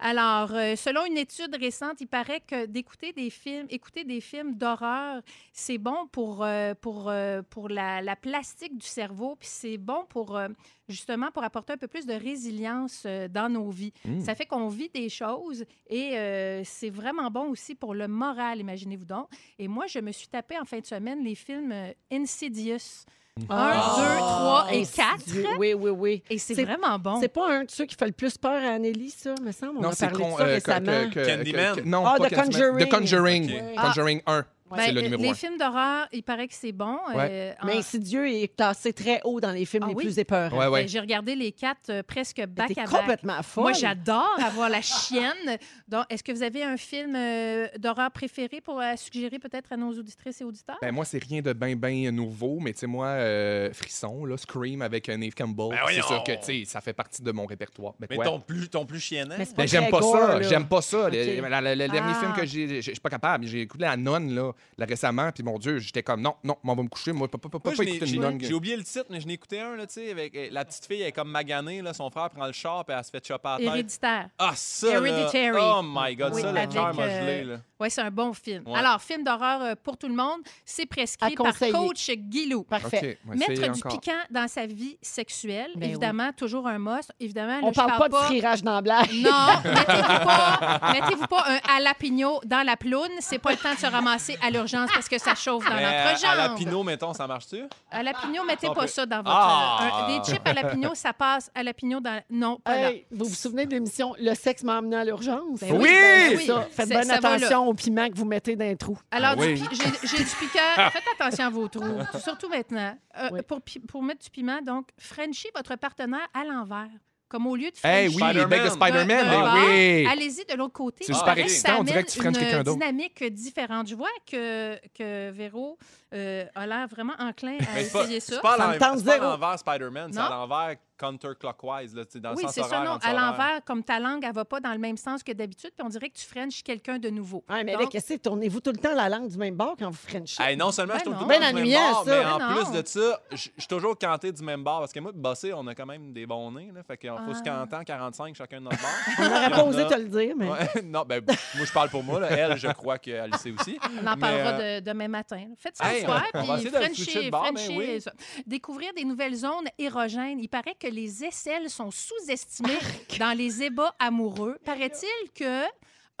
Alors, euh, selon une étude récente, il paraît que d'écouter des films, écouter des films d'horreur, c'est bon pour euh, pour euh, pour la, la plastique du cerveau, puis c'est bon pour euh, justement pour apporter un peu plus de résilience euh, dans nos vies. Mm. Ça fait qu'on vit des choses et euh, c'est vraiment bon aussi pour le moral, imaginez-vous donc. Et moi, je me suis tapé en fin de semaine les films euh, Insidious Ah, Un, deux, trois et quatre. Dieu. Oui, oui, oui. et c'est C'est- vraiment bon. C'est pas un de ceux qui fait le plus peur à Anneli, ça, me semble. On a parlé de con- ça euh, que- récemment. que- que- Candyman. que- non, Ah, pas The Candyman. Conjuring. The Conjuring. Ok. Conjuring 1. Ben, C'est le euh, numéro les un. films d'horreur, il paraît que c'est bon. Ouais. euh, en- Mais Insidieux est classé très haut dans les films Ah les oui? plus épeurants. Ouais, ouais. Ben, J'ai regardé les quatre euh, presque Mais back T'es à back. complètement folle. Moi, j'adore avoir la chienne. Donc, est-ce que vous avez un film euh, d'horreur préféré pour euh, suggérer peut-être à nos auditrices et auditeurs? Ben moi, c'est rien de ben ben nouveau, mais tu sais, moi, euh, Frisson, là, Scream avec euh, Neve Campbell, Ben c'est voyons! sûr que, tu sais, ça fait partie de mon répertoire. Ben Mais quoi? ton plus, ton plus chiennant. Mais c'est Ben, pas j'aime très pas gore, ça, là. j'aime pas ça. Ok. Le, la- la- le dernier Ah. film que j'ai, j'ai- je suis pas capable, j'ai écouté La Nonne, là, là, récemment, puis mon Dieu, j'étais comme, non, non, on va me coucher, moi, pas, pas, pas, Moi, pas je n'ai- écouter j'ai une nonne. j'ai oublié le titre, mais je n'ai écouté un, là, tu sais, avec euh, la petite fille, elle est comme maganée, là, son frère prend le char et elle se fait chopper à la tête. Héréditaire. Ah, ça, là! Hereditary. Oh my God, Oui, ça, le avec, cœur m'a euh, gelé, là. Oui, c'est un bon film. Ouais. Alors, film d'horreur euh, pour tout le monde, c'est prescrit À par conseiller. coach Guilou. Parfait. Ok, moi, Mettre c'est du encore. piquant dans sa vie sexuelle, Ben évidemment, toujours un must. Évidemment, là, On Ah, je parle pas de pas frirage dans la blague. Non, mettez-vous pas, mettez-vous pas un jalapeno dans la ploune. C'est pas le temps de se ramasser à l'urgence parce que ça chauffe dans Mais, notre euh, à la jambe. Pinot, mettons, ça marche-tu? Ben, Jalapeno, mettez On pas peut- ça dans votre... Ah! euh, un- des chips jalapeno, ça passe. Jalapeno dans... Non, pas là. Hey, vous vous souvenez de l'émission Le sexe m'a emmené à l'urgence? Ben Ben, oui, ben oui. c'est ça. Faites C'est- bonne ça va là. attention au piment que vous mettez dans les trous. Alors, Ah du oui. pi- j'ai j'ai du piquant. Faites attention à vos trous, surtout maintenant. Euh, Oui. pour, pi- pour mettre du piment, donc, Frenchie, votre partenaire, à l'envers. Comme au lieu de Eh Frenchie... oui, Spider-Man. les becs de Spider-Man, D'un- d'un bord, mais oui! Allez-y de l'autre côté. C'est Il super paraît que excitant, ça on dirait amène que tu frenches une euh, quelqu'un d'autre. dynamique différente. Je vois que, que Véro euh, a l'air vraiment enclin à Mais c'est pas, essayer ça. c'est pas à Ça me l'en- tente c'est pas à zéro. l'envers Spider-Man, c'est à Non. l'envers counterclockwise, là, tu sais, dans le Oui, sens c'est ça, horaire, non. À anti-horaire. l'envers, comme ta langue, elle va pas dans le même sens que d'habitude, puis on dirait que tu frenches quelqu'un de nouveau. Ah, mais Donc, là, qu'est-ce que c'est? Tournez-vous tout le temps la langue du même bord quand vous frenchez. Hey, non seulement Ben je tourne tout non. le temps Ben du même ennuyant, bord, ça. mais en Ben non. plus de ça, je je suis toujours canté du même bord. Parce que moi, bossé, on a quand même des bons nez. Là, fait qu'il faut se Ah. canter en 45 chacun de notre bord. On n'aurait Puis pas on osé a- te le dire, mais. Ouais, non, ben, moi, je parle pour moi. là. Elle, je crois qu'elle le sait aussi. On en Mais, parlera euh, de- demain matin. Faites ça Hey, le soir, on va puis essayer de switcher Frenchie, de bord, ben Frenchie, oui. et ça. Découvrir des nouvelles zones érogènes. Il paraît que les aisselles sont sous-estimées dans les ébats amoureux. Paraît-il que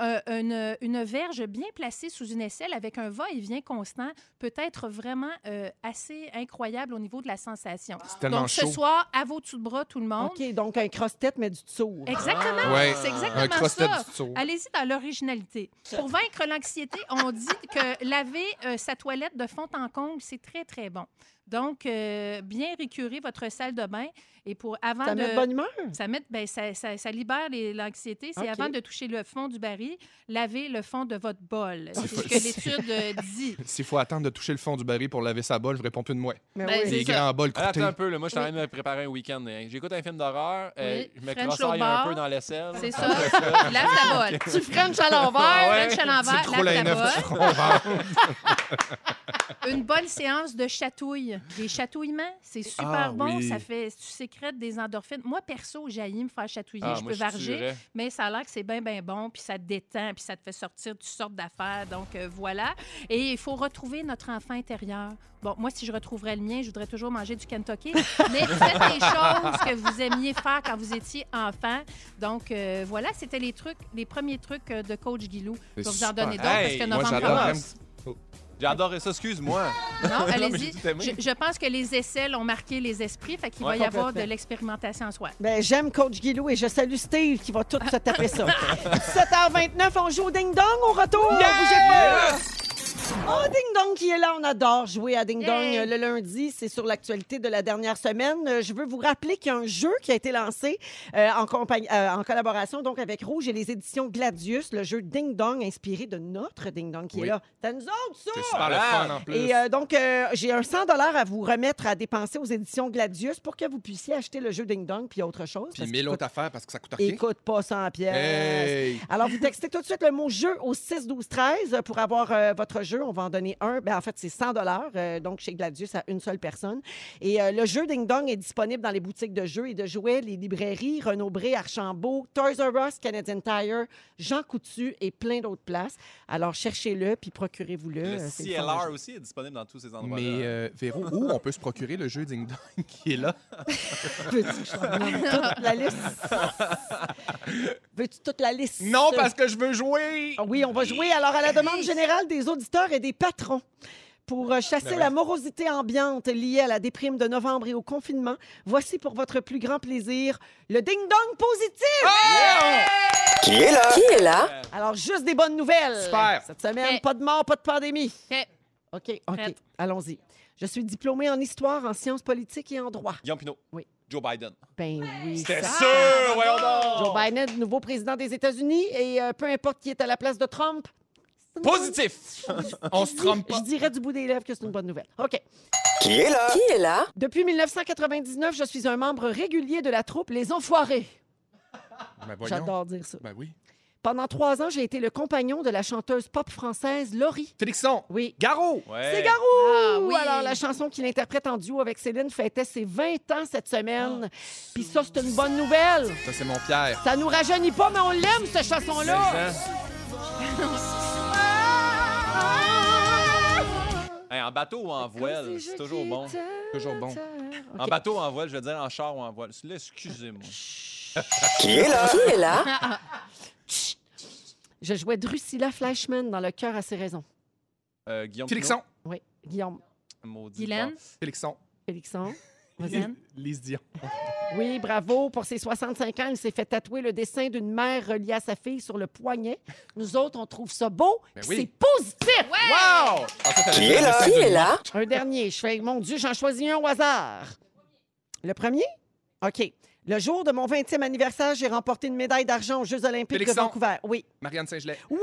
euh, une, une verge bien placée sous une aisselle avec un va-et-vient constant peut être vraiment euh, assez incroyable au niveau de la sensation. C'est tellement Donc, ce chaud. soir, à vos dessous de bras, tout le monde. OK, donc un cross-tête, mais du dessous. Exactement. Ouais, C'est un exactement crostet ça. du tour. Allez-y dans l'originalité. Pour vaincre l'anxiété, on dit que laver euh, sa toilette de fond en comble, c'est très, très bon. Donc, euh, bien récurer votre salle de bain. Et pour avant Ça de. met de bonne humeur? Ça, met- ben, ça, ça- ça libère les- l'anxiété. C'est OK. avant de toucher le fond du baril, laver le fond de votre bol. C'est ce fa- que l'étude euh, dit. S'il faut attendre de toucher le fond du baril pour laver sa bolle, je réponds plus de moi. Mais Ben, oui. Les C'est ça. grands bols Ah, Attends coûtés. un peu, là, moi je suis en train de me préparer un week-end. hein. J'écoute un film d'horreur, euh, Oui, je me French crossaille au un bar. peu dans l'aisselle. C'est ça. Lave ta bolle. Tu frenches à Beurre, l'envers. French à Tu te l'envers, roules lave un ta œuf bolle. du front vert. Une bonne séance de chatouille. Des chatouillements, c'est super Ah bon. oui. Ça fait, tu sécrètes des endorphines. Moi, perso, j'haïs me faire chatouiller. Ah, je moi, peux varger, tuerais. mais ça a l'air que c'est bien, bien bon, puis ça te détend, puis ça te fait sortir toutes sortes d'affaires. Donc, euh, voilà. Et il faut retrouver notre enfant intérieur. Bon, moi, si je retrouverais le mien, je voudrais toujours manger du Kentucky. Mais faites des choses que vous aimiez faire quand vous étiez enfant. Donc, euh, voilà, c'était les trucs, les premiers trucs euh, de Coach Guilou. Je vais vous en super. donner d'autres Hey, parce que moi, novembre j'adore. commence. J'ai adoré ça, excuse-moi. Non, mais allez-y. j'ai tout aimé. Je, je pense que les aisselles ont marqué les esprits, fait qu'il Ouais, va y avoir de complètement. l'expérimentation en soi. Ben, j'aime Coach Guilou et je salue Steve qui va tout se taper ça. 7h29, on joue au ding-dong, on retourne. Bougez pas. Oh, Ding Dong qui est là, on adore jouer à Ding Dong Yay. euh, le lundi. C'est sur l'actualité de la dernière semaine. Euh, Je veux vous rappeler qu'il y a un jeu qui a été lancé euh, en, compagnie- euh, en collaboration donc avec Rouge et les éditions Gladius, le jeu Ding Dong inspiré de notre Ding Dong qui Oui. est là. T'as nous autres, ça! C'est super le fun en plus. Et euh, donc, euh, j'ai un 100 à vous remettre à dépenser aux éditions Gladius pour que vous puissiez acheter le jeu Ding Dong puis autre chose. Puis parce mille qu'il euh, autres affaires parce que ça coûte coûte- rien. il coûte pas 100 pièces. Hey! Alors, vous textez tout de suite le mot jeu au 6 12 13 pour avoir euh, votre jeu. On va en donner un. Ben, en fait, c'est 100 dollars euh, donc chez Gladius à une seule personne. Et euh, le jeu Ding Dong est disponible dans les boutiques de jeux et de jouets, les librairies Renaud-Bré, Archambault, Toys R Us, Canadian Tire, Jean Coutu et plein d'autres places. Alors, cherchez-le puis procurez-vous-le. Le Euh, c'est le fun à jouer. CLR aussi est disponible dans tous ces Ah, endroits-là. Mais euh, Véro, où on peut se procurer le jeu Ding Dong qui est là? Veux-tu que je te nomme toute la liste? Veux-tu toute la liste? Non, parce que je veux jouer! Ah Oui, on va jouer alors à la demande générale des auditeurs et des patrons. Pour euh, chasser Ben la morosité ambiante liée à la déprime de novembre et au confinement, voici pour votre plus grand plaisir le ding-dong positif. Qui est là? Qui est là? Alors, juste des bonnes nouvelles. Super. Cette semaine, Ok. pas de mort, pas de pandémie. Ok. OK, OK. Prête. Allons-y. Je suis diplômée en histoire, en sciences politiques et en droit. Guillaume Pinot. Oui. Joe Biden. Ben oui. C'était Ah! ça- sûr, voyons donc. Joe Biden, nouveau président des États-Unis, et euh, peu importe qui est à la place de Trump. c'est une Positif. bonne- On se je dis- trompe pas. Je dirais du bout des lèvres que c'est une bonne nouvelle. OK. Qui est là? Qui est Ah. là? Depuis 1999, je suis un membre régulier de la troupe Les Enfoirés. Ben voyons. J'adore dire ça. Ben oui. Pendant trois ans, j'ai été le compagnon de la chanteuse pop française Laurie. Félixon. Oui. Garot. Ouais. C'est Garou! Ah, oui. Alors, la chanson qu'il interprète en duo avec Céline fêtait ses 20 ans cette semaine. Puis ça, c'est une bonne nouvelle. Ça, c'est mon Pierre. Ça nous rajeunit pas, mais on l'aime, cette chanson-là. Hein? Hey, en bateau ou en voile, c'est toujours bon. Toujours bon. En bateau ou en voile, je veux dire en char ou en voile. Là, excusez-moi. Qui est là? Qui est là? Je jouais Drusilla Fleischmann dans Le cœur à ses raisons. Euh, Guillaume Félixon. Oui, Guillaume, Pinot, maudit Guylaine. Félixon. Félixon. Rosanne. Lise Dion. Oui, bravo. Pour ses 65 ans, il s'est fait tatouer le dessin d'une mère reliée à sa fille sur le poignet. Nous autres, on trouve ça beau. Ben puis oui. C'est positif. Oh! Wow! Qui est là? Qui est là? Un dernier. Je fais, mon Dieu, j'en choisis un au hasard. Le premier? OK. Le jour de mon 20e anniversaire, j'ai remporté une médaille d'argent aux Jeux olympiques de Félixon. Vancouver. Oui. Marianne Saint-Gelais. Oui!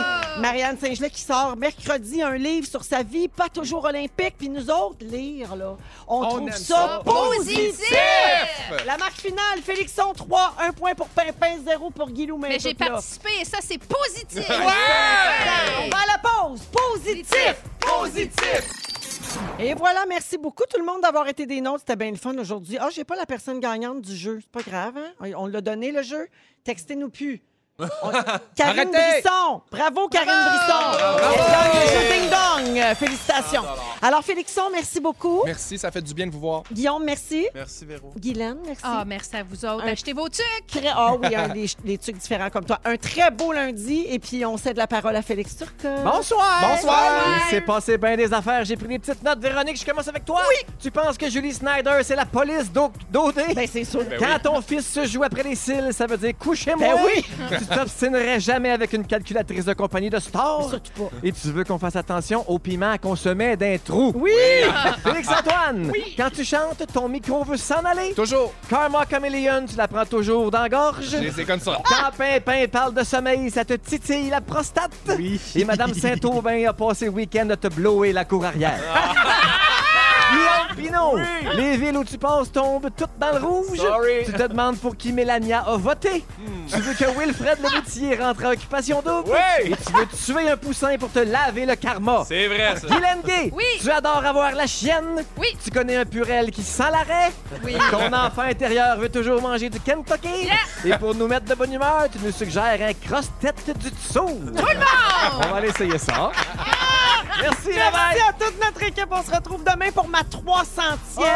Ah! Marianne Saint-Gelais qui sort mercredi un livre sur sa vie, pas toujours olympique. Puis nous autres, lire, là, on, On trouve aime ça, ça. positif! Positif! La marque finale, Félixon 3, 1 point pour Pimpin, 0 pour Guilou. Mais j'ai tout là. participé et ça, c'est positif. On va à la pause. Positif! Positif! Et voilà, merci beaucoup tout le monde d'avoir été des nôtres. C'était bien le fun aujourd'hui. Ah, j'ai pas la personne gagnante du jeu. C'est pas grave, hein? On l'a donné, le jeu. Textez-nous plus. On- Karine Arrêtez! Brisson! Bravo, Karine Brisson! Elle gagne le jeu Ding Dong! Félicitations! Alors, Félixon, merci beaucoup. Merci, ça fait du bien de vous voir. Guillaume, merci. Merci, Véro. Guylaine, merci. Ah, merci à vous autres. Un- Achetez vos trucs. Très- Ah oui, hein, des, des trucs différents comme toi. Un très beau lundi et puis on cède la parole à Félix Turcotte. Bonsoir! Bonsoir! Il s'est passé bien des affaires. J'ai pris des petites notes. Véronique, je commence avec toi. Oui! Tu penses que Julie Snyder, c'est la police d'O- d'OD? Ben, c'est sûr. Quand ton fils se joue après les cils, ça veut dire couchez-moi. Ben oui. Tu t'obstinerais jamais avec une calculatrice de compagnie de store. Surtout pas. Et tu veux qu'on fasse attention au piment qu'on se met d'un trou. Oui! Félix Antoine, quand tu chantes, ton micro veut s'en aller. Toujours. Karma Chameleon, tu la prends toujours dans la gorge. J'ai les comme ça. Quand Pimpin parle de sommeil, ça te titille la prostate. Oui. Et Madame Saint-Aubin a passé le week-end à te blower la cour arrière. Ah. Guillaume Pinot, les villes où tu passes tombent toutes dans le rouge. Sorry. Hmm. Tu te demandes pour qui Mélania a voté. Tu veux que Wilfred le routier rentre à occupation double. Oui! Et tu veux tuer un poussin pour te laver le karma. C'est vrai, ça. Guylaine Gay, Oui. tu adores avoir la chienne. Oui. Tu connais un purel qui sent l'arrêt. Oui. Ton enfant intérieur veut toujours manger du Kentucky. Et pour nous mettre de bonne humeur, tu nous suggères un cross-tête du dessous. Tout le monde! On va aller essayer ça. Merci, la bye! Merci à toute notre équipe. On se retrouve demain pour ma 300e.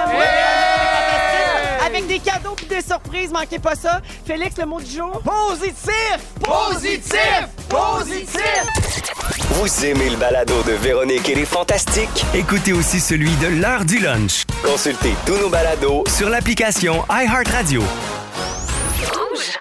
Avec des cadeaux et des surprises. Manquez pas ça. Félix, le mot du jour. Positif! Positif! Positif! Vous aimez le balado de Véronique et les Fantastiques? Écoutez aussi celui de l'heure du lunch Consultez tous nos balados sur l'application iHeartRadio. Rouge.